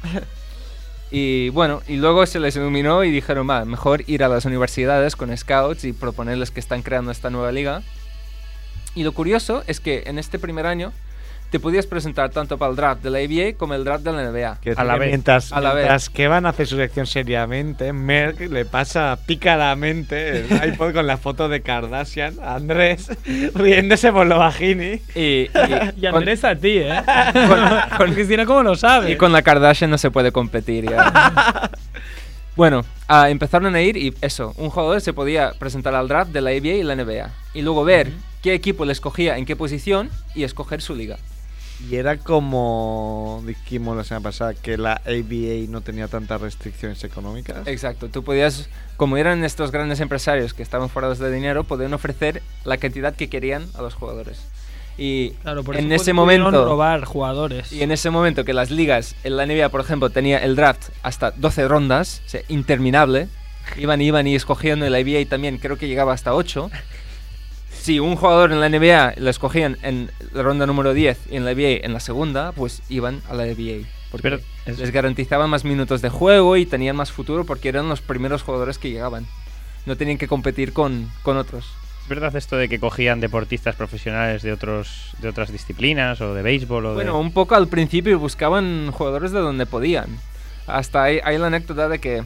Speaker 8: Y bueno, y luego se les iluminó y dijeron, va, mejor ir a las universidades con scouts y proponerles que están creando esta nueva liga. Y lo curioso es que en este primer año te podías presentar tanto para el draft de la NBA como el draft de la NBA.
Speaker 4: Que decir que Mientras,
Speaker 8: A la vez.
Speaker 4: mientras que van a hacer su sección seriamente, Merck le pasa pícaramente (laughs) el iPod con la foto de Kardashian a Andrés (laughs) riéndose por lo bajini.
Speaker 8: Y,
Speaker 7: Y Andrés a ti,
Speaker 8: (laughs)
Speaker 7: ¿eh? Con, Cristina, ¿cómo lo sabes?
Speaker 8: Y con la Kardashian no se puede competir. ya. bueno, ah, empezaron a ir y eso, un jugador se podía presentar al draft de la NBA y la NBA. Y luego ver qué equipo le escogía en qué posición y escoger su liga.
Speaker 4: Y era como dijimos la semana pasada, que la ABA no tenía tantas restricciones económicas.
Speaker 8: Exacto, tú podías, como eran estos grandes empresarios que estaban forrados de dinero, podían ofrecer la cantidad que querían a los jugadores. Y
Speaker 7: Claro, por
Speaker 8: en
Speaker 7: eso
Speaker 8: ese
Speaker 7: pudieron
Speaker 8: momento...
Speaker 7: robar jugadores.
Speaker 8: Y en ese momento que las ligas, en la NBA, por ejemplo, tenía el draft hasta 12 rondas, o sea, interminable, iban y iban y escogían en la NBA también, creo que llegaba hasta 8. Si un jugador en la NBA lo escogían en la ronda número 10 y en la NBA en la segunda, pues iban a la NBA. Porque
Speaker 6: Pero es-
Speaker 8: les garantizaban más minutos de juego y tenían más futuro porque eran los primeros jugadores que llegaban. No tenían que competir con, con otros.
Speaker 6: ¿Es verdad esto de que cogían deportistas profesionales de otros de otras disciplinas o de béisbol o de-
Speaker 8: Bueno, un poco al principio buscaban jugadores de donde podían. Hasta hay, hay la anécdota de que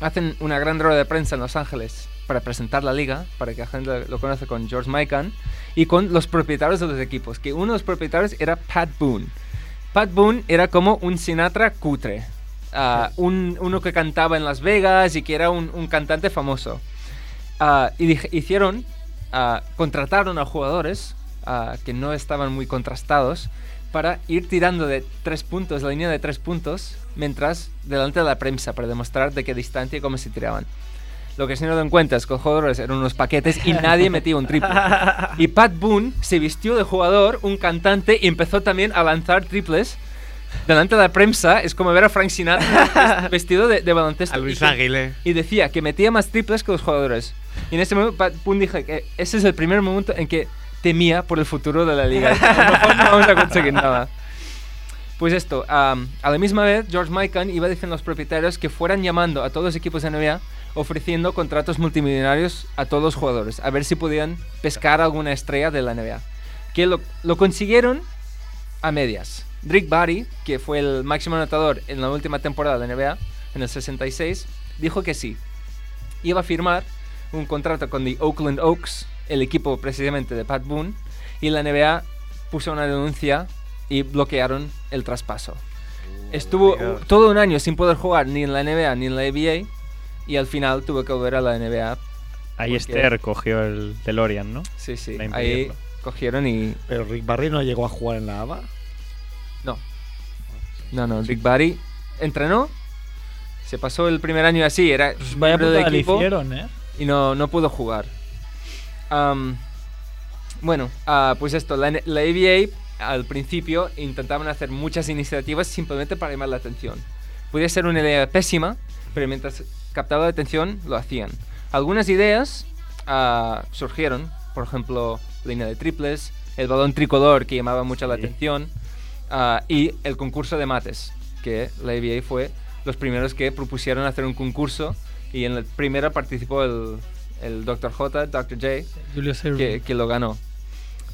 Speaker 8: hacen una gran rueda de prensa en Los Ángeles para presentar la liga, para que la gente lo conoce con George Mikan y con los propietarios de los equipos, que uno de los propietarios era Pat Boone. Pat Boone era como un Sinatra cutre, Ah, un- uno que cantaba en Las Vegas y que era un, un cantante famoso. Ah, y dij- hicieron, ah, contrataron a jugadores ah, que no estaban muy contrastados para ir tirando de tres puntos, la línea de tres puntos, mientras delante de la prensa, para demostrar de qué distancia y cómo se tiraban. Lo que si no te encuentras con jugadores eran unos paquetes y nadie metía un triple. Y Pat Boone se vistió de jugador, un cantante, y empezó también a lanzar triples delante de la prensa. Es como ver a Frank Sinatra ves- vestido de, de baloncesto. Y-
Speaker 4: Aguilé.
Speaker 8: y decía que metía más triples que los jugadores. Y en ese momento Pat Boone dijo que ese es el primer momento en que temía por el futuro de la liga. A lo mejor no vamos a conseguir nada. Pues esto, am, a la misma vez George Mikan iba diciendo a los propietarios que fueran llamando a todos los equipos de NBA ofreciendo contratos multimillonarios a todos los jugadores, a ver si podían pescar alguna estrella de la NBA. Que lo, lo consiguieron a medias. Rick Barry, que fue el máximo anotador en la última temporada de la NBA, en el 66, dijo que sí. Iba a firmar un contrato con the Oakland Oaks, el equipo precisamente de Pat Boone, y la NBA puso una denuncia y bloquearon el traspaso. Estuvo
Speaker 9: Dios.
Speaker 8: todo un año sin poder jugar ni en la NBA ni en la NBA y al final tuvo que volver a la NBA.
Speaker 6: Ahí
Speaker 8: porque-
Speaker 6: Esther cogió el DeLorean, ¿no?
Speaker 8: Sí, sí.
Speaker 6: Para
Speaker 8: Ahí
Speaker 6: impedirlo.
Speaker 8: cogieron y...
Speaker 4: Pero Rick Barry no llegó a jugar en la ABA.
Speaker 8: No. No, no, Dick Barry entrenó, se pasó el primer año así, era
Speaker 7: Pues Vaya
Speaker 8: miembro
Speaker 7: putada
Speaker 8: de
Speaker 7: le
Speaker 8: equipo
Speaker 7: hicieron, ¿eh?
Speaker 8: y no, no pudo jugar. Am, bueno, ah, pues esto, la, N- la ABA al principio intentaban hacer muchas iniciativas simplemente para llamar la atención. Podía ser una idea pésima, pero mientras captaba la atención lo hacían. Algunas ideas ah, surgieron, por ejemplo, línea de triples, el balón tricolor que llamaba mucho la atención ah, y el concurso de mates, que la ABA fue los primeros que propusieron hacer un concurso y en la primera participó el, el Dr. J, Dr. J,
Speaker 7: Julio César.
Speaker 8: que, que lo ganó.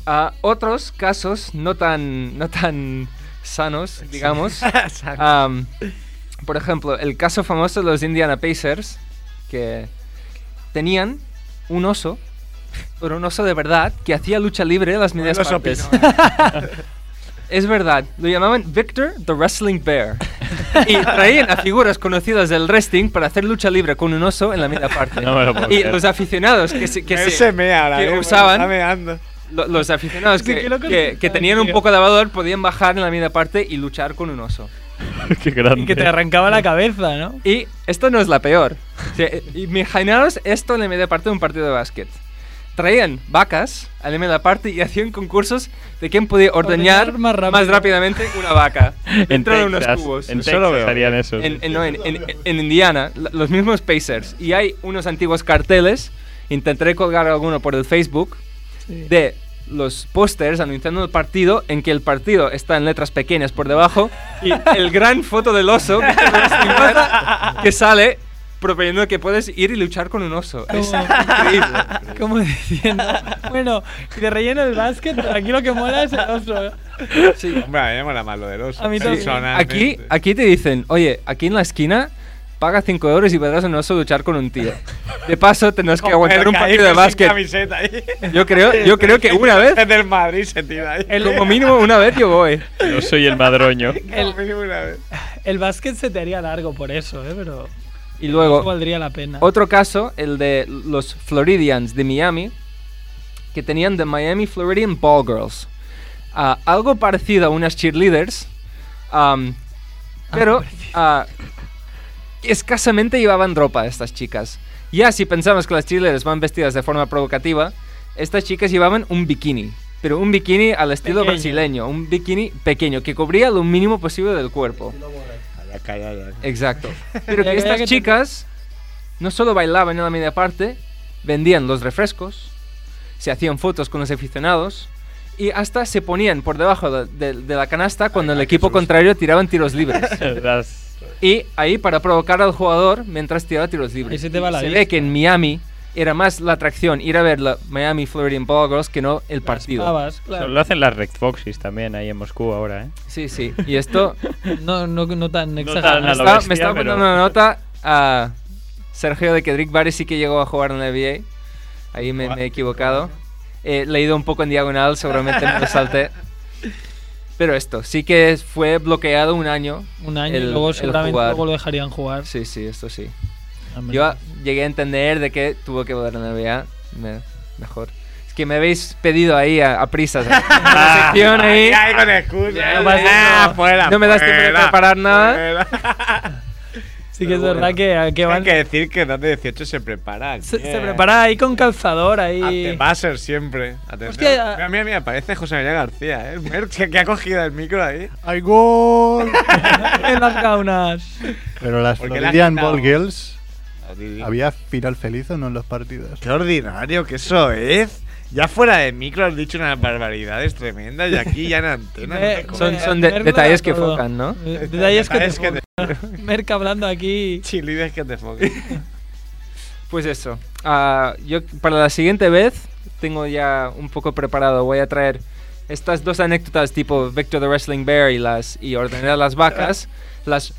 Speaker 8: A otros casos no tan, no tan sanos, digamos. Am, por ejemplo, el caso famoso de los Indiana Pacers, que tenían un oso, pero un oso de verdad, que hacía lucha libre en las medias
Speaker 4: oso
Speaker 8: partes. Es verdad, lo llamaban Victor the Wrestling Bear. Y traían a figuras conocidas del wrestling para hacer lucha libre con un oso en la media
Speaker 6: (laughs)
Speaker 8: parte.
Speaker 6: No me lo puedo
Speaker 8: y
Speaker 6: creer.
Speaker 8: los aficionados que se, que
Speaker 4: Él
Speaker 8: se-
Speaker 4: se mea ahora,
Speaker 8: que
Speaker 4: eh,
Speaker 8: usaban,
Speaker 4: está meando.
Speaker 8: lo- los aficionados
Speaker 4: Sí,
Speaker 8: que,
Speaker 4: qué loco
Speaker 8: que-
Speaker 4: es,
Speaker 8: que tenían un
Speaker 4: tío.
Speaker 8: poco de valor podían bajar en la media parte y luchar con un oso.
Speaker 6: Qué grande.
Speaker 7: Y que te arrancaba la cabeza, ¿no?
Speaker 8: Y esto no es la peor. O sea, imaginaros esto en la media parte de un partido de básquet. Traían vacas a la media parte y hacían concursos de quién podía ordeñar,
Speaker 7: Ordeñar más rápido.
Speaker 8: más rápidamente una vaca.
Speaker 6: En
Speaker 8: dentro de unos
Speaker 6: Texas,
Speaker 8: cubos.
Speaker 6: en Solo Texas veo. harían eso.
Speaker 8: En, en- no, en- en- en Indiana, la- los mismos Pacers. Y hay unos antiguos carteles, intentaré colgar alguno por el Facebook, de los pósters anunciando el partido en que el partido está en letras pequeñas por debajo y el gran foto del oso que sale proponiendo que puedes ir y luchar con un oso. Es
Speaker 7: Como-
Speaker 8: increíble.
Speaker 7: Como diciendo, bueno, de relleno el básquet, pero aquí lo que mola es el ¿eh? oso.
Speaker 8: Sí.
Speaker 4: Hombre, a mí me mola más lo del oso.
Speaker 7: A mí también.
Speaker 4: personalmente.
Speaker 8: Aquí, aquí te dicen, oye, aquí en la esquina paga 5 euros y podrás a un oso luchar con un tío. De paso, tendrás que aguantar un partido de básquet. Yo creo, yo creo que una vez,
Speaker 4: Es del Madrid se tira ahí.
Speaker 8: como mínimo una vez yo voy.
Speaker 15: Yo soy el madroño.
Speaker 7: El, el básquet se te haría largo por eso, ¿eh? Pero
Speaker 8: Y luego,
Speaker 7: eso valdría la pena.
Speaker 8: Otro caso, el de los Floridians de Miami, que tenían The Miami Floridian Ball Girls. Ah, algo parecido a unas cheerleaders, am, pero ah, escasamente llevaban ropa estas chicas. Ya si pensamos que las cheerleaders van vestidas de forma provocativa, estas chicas llevaban un bikini. Pero un bikini al estilo
Speaker 7: Pequeño.
Speaker 8: brasileño, un bikini pequeño, que cubría lo mínimo posible del cuerpo. (laughs) Exacto. Pero
Speaker 7: Ya,
Speaker 8: que
Speaker 7: ya
Speaker 8: estas
Speaker 7: que te-
Speaker 8: chicas no solo bailaban en la media parte, vendían los refrescos, se hacían fotos con los aficionados y hasta se ponían por debajo de, de- de la canasta cuando el equipo contrario tiraban tiros libres. y ahí para provocar al jugador mientras tiraba tiros libres.
Speaker 7: Ahí se te va la
Speaker 8: ve que en Miami era más la atracción ir a ver la Miami Floridian Ball Girls que no el partido.
Speaker 15: Eso Lo hacen las Red Foxes también ahí en Moscú ahora, ¿eh?
Speaker 8: Sí, sí. Y esto
Speaker 7: No, no, no tan
Speaker 15: tan
Speaker 7: exagerado.
Speaker 15: a lo
Speaker 8: Está-
Speaker 15: bestia,
Speaker 8: me estaba
Speaker 15: pero-
Speaker 8: poniendo una nota a Sergio de que Drick Barry sí que llegó a jugar en la NBA. Ahí me, me he equivocado. He leído un poco en diagonal, seguramente me lo salté. Pero esto, sí que fue bloqueado un año.
Speaker 7: Un año
Speaker 8: el-
Speaker 7: y luego
Speaker 8: el
Speaker 7: seguramente
Speaker 8: jugar.
Speaker 7: luego lo dejarían jugar.
Speaker 8: Sí, sí, esto sí.
Speaker 7: Hombre.
Speaker 8: Yo llegué a entender de que tuvo que volver a la NBA. me- mejor. Es que me habéis pedido ahí a, a
Speaker 4: (laughs)
Speaker 8: prisas. una
Speaker 15: Ah.
Speaker 8: sección eh. ahí.
Speaker 4: Ay, con excusa.
Speaker 8: no pasa nada.
Speaker 4: Ah, fuera,
Speaker 8: No me das tiempo de
Speaker 4: fuera,
Speaker 8: preparar nada.
Speaker 4: fuera.
Speaker 7: Sí que es verdad que, que
Speaker 4: Hay
Speaker 7: van...
Speaker 4: que decir que dos de 18 se preparan.
Speaker 7: Se, se prepara ahí con calzador, ahí...
Speaker 4: Va a ser siempre. Atención.
Speaker 7: Hostia.
Speaker 8: ah.
Speaker 4: mira, mira, mira, parece José María García, ¿eh? Merck, que, que ha cogido el micro ahí.
Speaker 6: ¡Ay, gol!
Speaker 7: (laughs) en las gaunas.
Speaker 6: (laughs)
Speaker 7: Eh,
Speaker 6: Pero las
Speaker 4: Porque la
Speaker 6: Floridian
Speaker 4: han quitado.
Speaker 6: Ball Girls,
Speaker 4: Audi.
Speaker 6: ¿había final feliz o no en los partidos?
Speaker 4: Qué ordinario que eso es. Ya fuera de micro has dicho unas barbaridades tremendas y aquí ya en antena.
Speaker 7: Eh,
Speaker 4: no te
Speaker 8: Son,
Speaker 4: jodas.
Speaker 8: son de-
Speaker 7: Merck lo da
Speaker 8: detalles que
Speaker 7: todo.
Speaker 8: focan, ¿no?
Speaker 7: Eh, Detalles que te
Speaker 4: Detalles que te-
Speaker 7: pongo. Merck hablando aquí.
Speaker 4: Cheerleaders que te foquen.
Speaker 8: Pues eso. Ah, yo para la siguiente vez tengo ya un poco preparado. Voy a traer estas dos anécdotas tipo Victor the Wrestling Bear y las y ordenar las vacas, las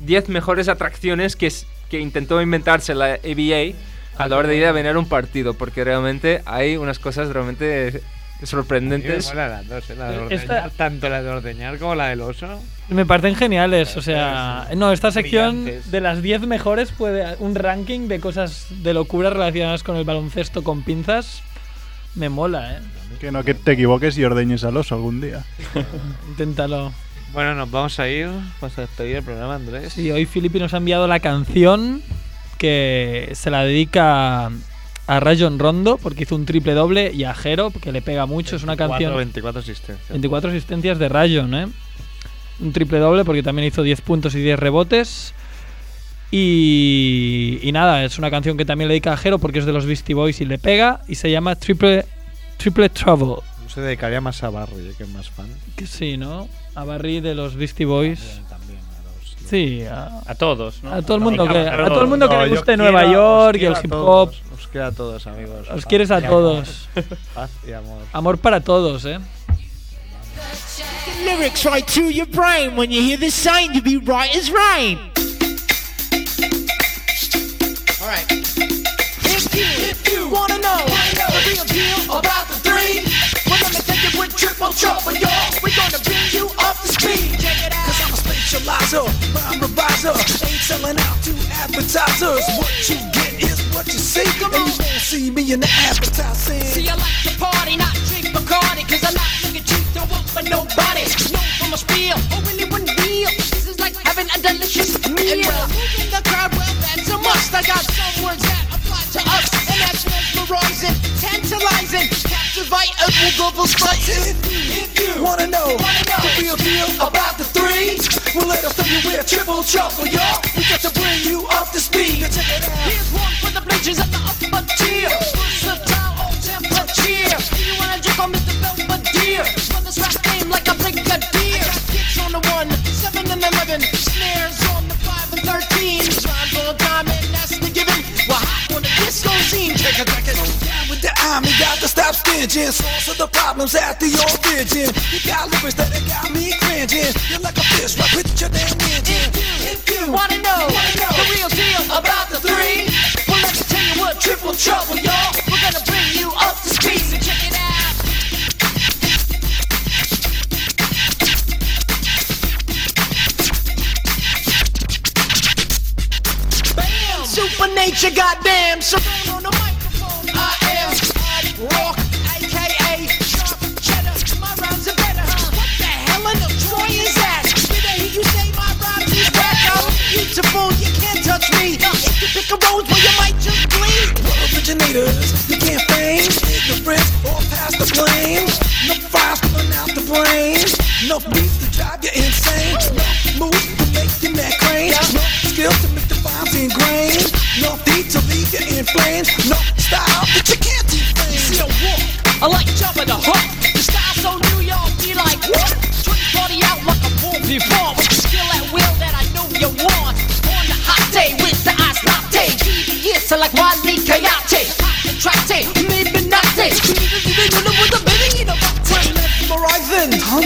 Speaker 8: 10 mejores atracciones que, s- que intentó inventarse la ABA a la hora de ir a venir a un partido, porque realmente hay unas cosas realmente sorprendentes.
Speaker 4: A mí me molan las dos, ¿eh? La de
Speaker 7: Esta-
Speaker 4: ordeñar, tanto la de ordeñar como la del oso.
Speaker 7: Me parecen geniales, o sea, no, esta sección
Speaker 4: Brillantes.
Speaker 7: de las 10 mejores puede un ranking de cosas de locura relacionadas con el baloncesto con pinzas. Me mola, eh.
Speaker 6: Que no que te equivoques y ordeñes al oso algún día.
Speaker 7: Inténtalo.
Speaker 4: Bueno, nos vamos a ir. Vamos a despedir el programa, Andrés.
Speaker 7: Sí, hoy Filippi nos ha enviado la canción que se la dedica a Rayon Rondo porque hizo un triple doble y a Jero que le pega mucho, es una canción
Speaker 4: 24 asistencias.
Speaker 7: 24 asistencias de Rayon, ¿eh? Un triple doble porque también hizo 10 puntos y 10 rebotes. Y, y nada, es una canción que también le dedica a Jero porque es de los Beastie Boys y le pega y se llama Triple, triple Trouble.
Speaker 16: Yo se dedicaría más a Barry, eh, que es más fan.
Speaker 7: Que sí, ¿no? A Barry de los Beastie Boys. Sí, a,
Speaker 15: A todos, ¿no?
Speaker 7: a todo el mundo que, a
Speaker 15: claro.
Speaker 7: todo el mundo que
Speaker 16: No,
Speaker 7: le
Speaker 16: yo
Speaker 7: guste
Speaker 16: quiero-
Speaker 7: Nueva
Speaker 16: os
Speaker 7: York y el
Speaker 16: quiero a
Speaker 7: hip hop.
Speaker 16: todos, Os quiero a todos, amigos.
Speaker 7: Os
Speaker 16: Paz
Speaker 7: quieres a
Speaker 16: y amor.
Speaker 7: todos.
Speaker 16: Paz y amor.
Speaker 7: Amor para todos, ¿eh?
Speaker 10: lyrics right through your brain. When you hear this sign, you be right as rain. All right. If you wanna know the real deal about the three, we're gonna take it with triple trouble, y'all. We're gonna bring you up to speed. Check it out. Cause I'm a spatializer, rhyme reviser. Ain't selling out to advertisers. What you get is what you see. Come on. And you won't see me in the advertising. See, I like to party, not drink Bacardi. Cause I'm not looking to throw up for nobody. No from a spiel or anyone real. This is like having a delicious meal. And well, who in the crowd, well, that's a must. I got some words that apply to us. And that's mesmerizing, tantalizing, captivating, unmovable sluts. If you wanna know the real deal about the three, well, let us tell you we're triple trouble, y'all. We got to bring you up to speed. Here's one for the bleachers at the upper tier. Versatile, all temperature. Do you wanna drink on Mr. Belvedere? Run this rap game like a brigadier. I got kicks on the one, seven and eleven, snares on the five and thirteen. Rhymes on time and that's attention. Source of the problems at the origin. You got lyrics that they got me cringing. You're like a fish, right with your damn engine. If you wanna know, the real deal about the three, well let me tell you what triple trouble, y'all. We're gonna bring you up to speed. So check it out. Bam! Super nature, goddamn. Serene on the microphone. I am Hard Rock, aka Sharp Cheddar. My rhymes are better. What the hell in the Troy is that? Did I hear you say my rhymes is wacko? Eat your fool, you can't touch me. If you pick a rose, well, you might just bleed. We're originators, you can't fame. Ignorance, all past the blame. No fries coming out the brain. No beef to drive you insane. No move to make your neck crane. No skill to make the vibes ingrained. No feet to leave you in flames. No style that you can't defame. See the walk, I like jumping the hook. The style so New York, be like what? Twin party out like a bull before. With the skill at will that I know you want. On the hot day with the ice latte. Devious like Wally Coyote. Contracte, midnight day. Mesmerizing,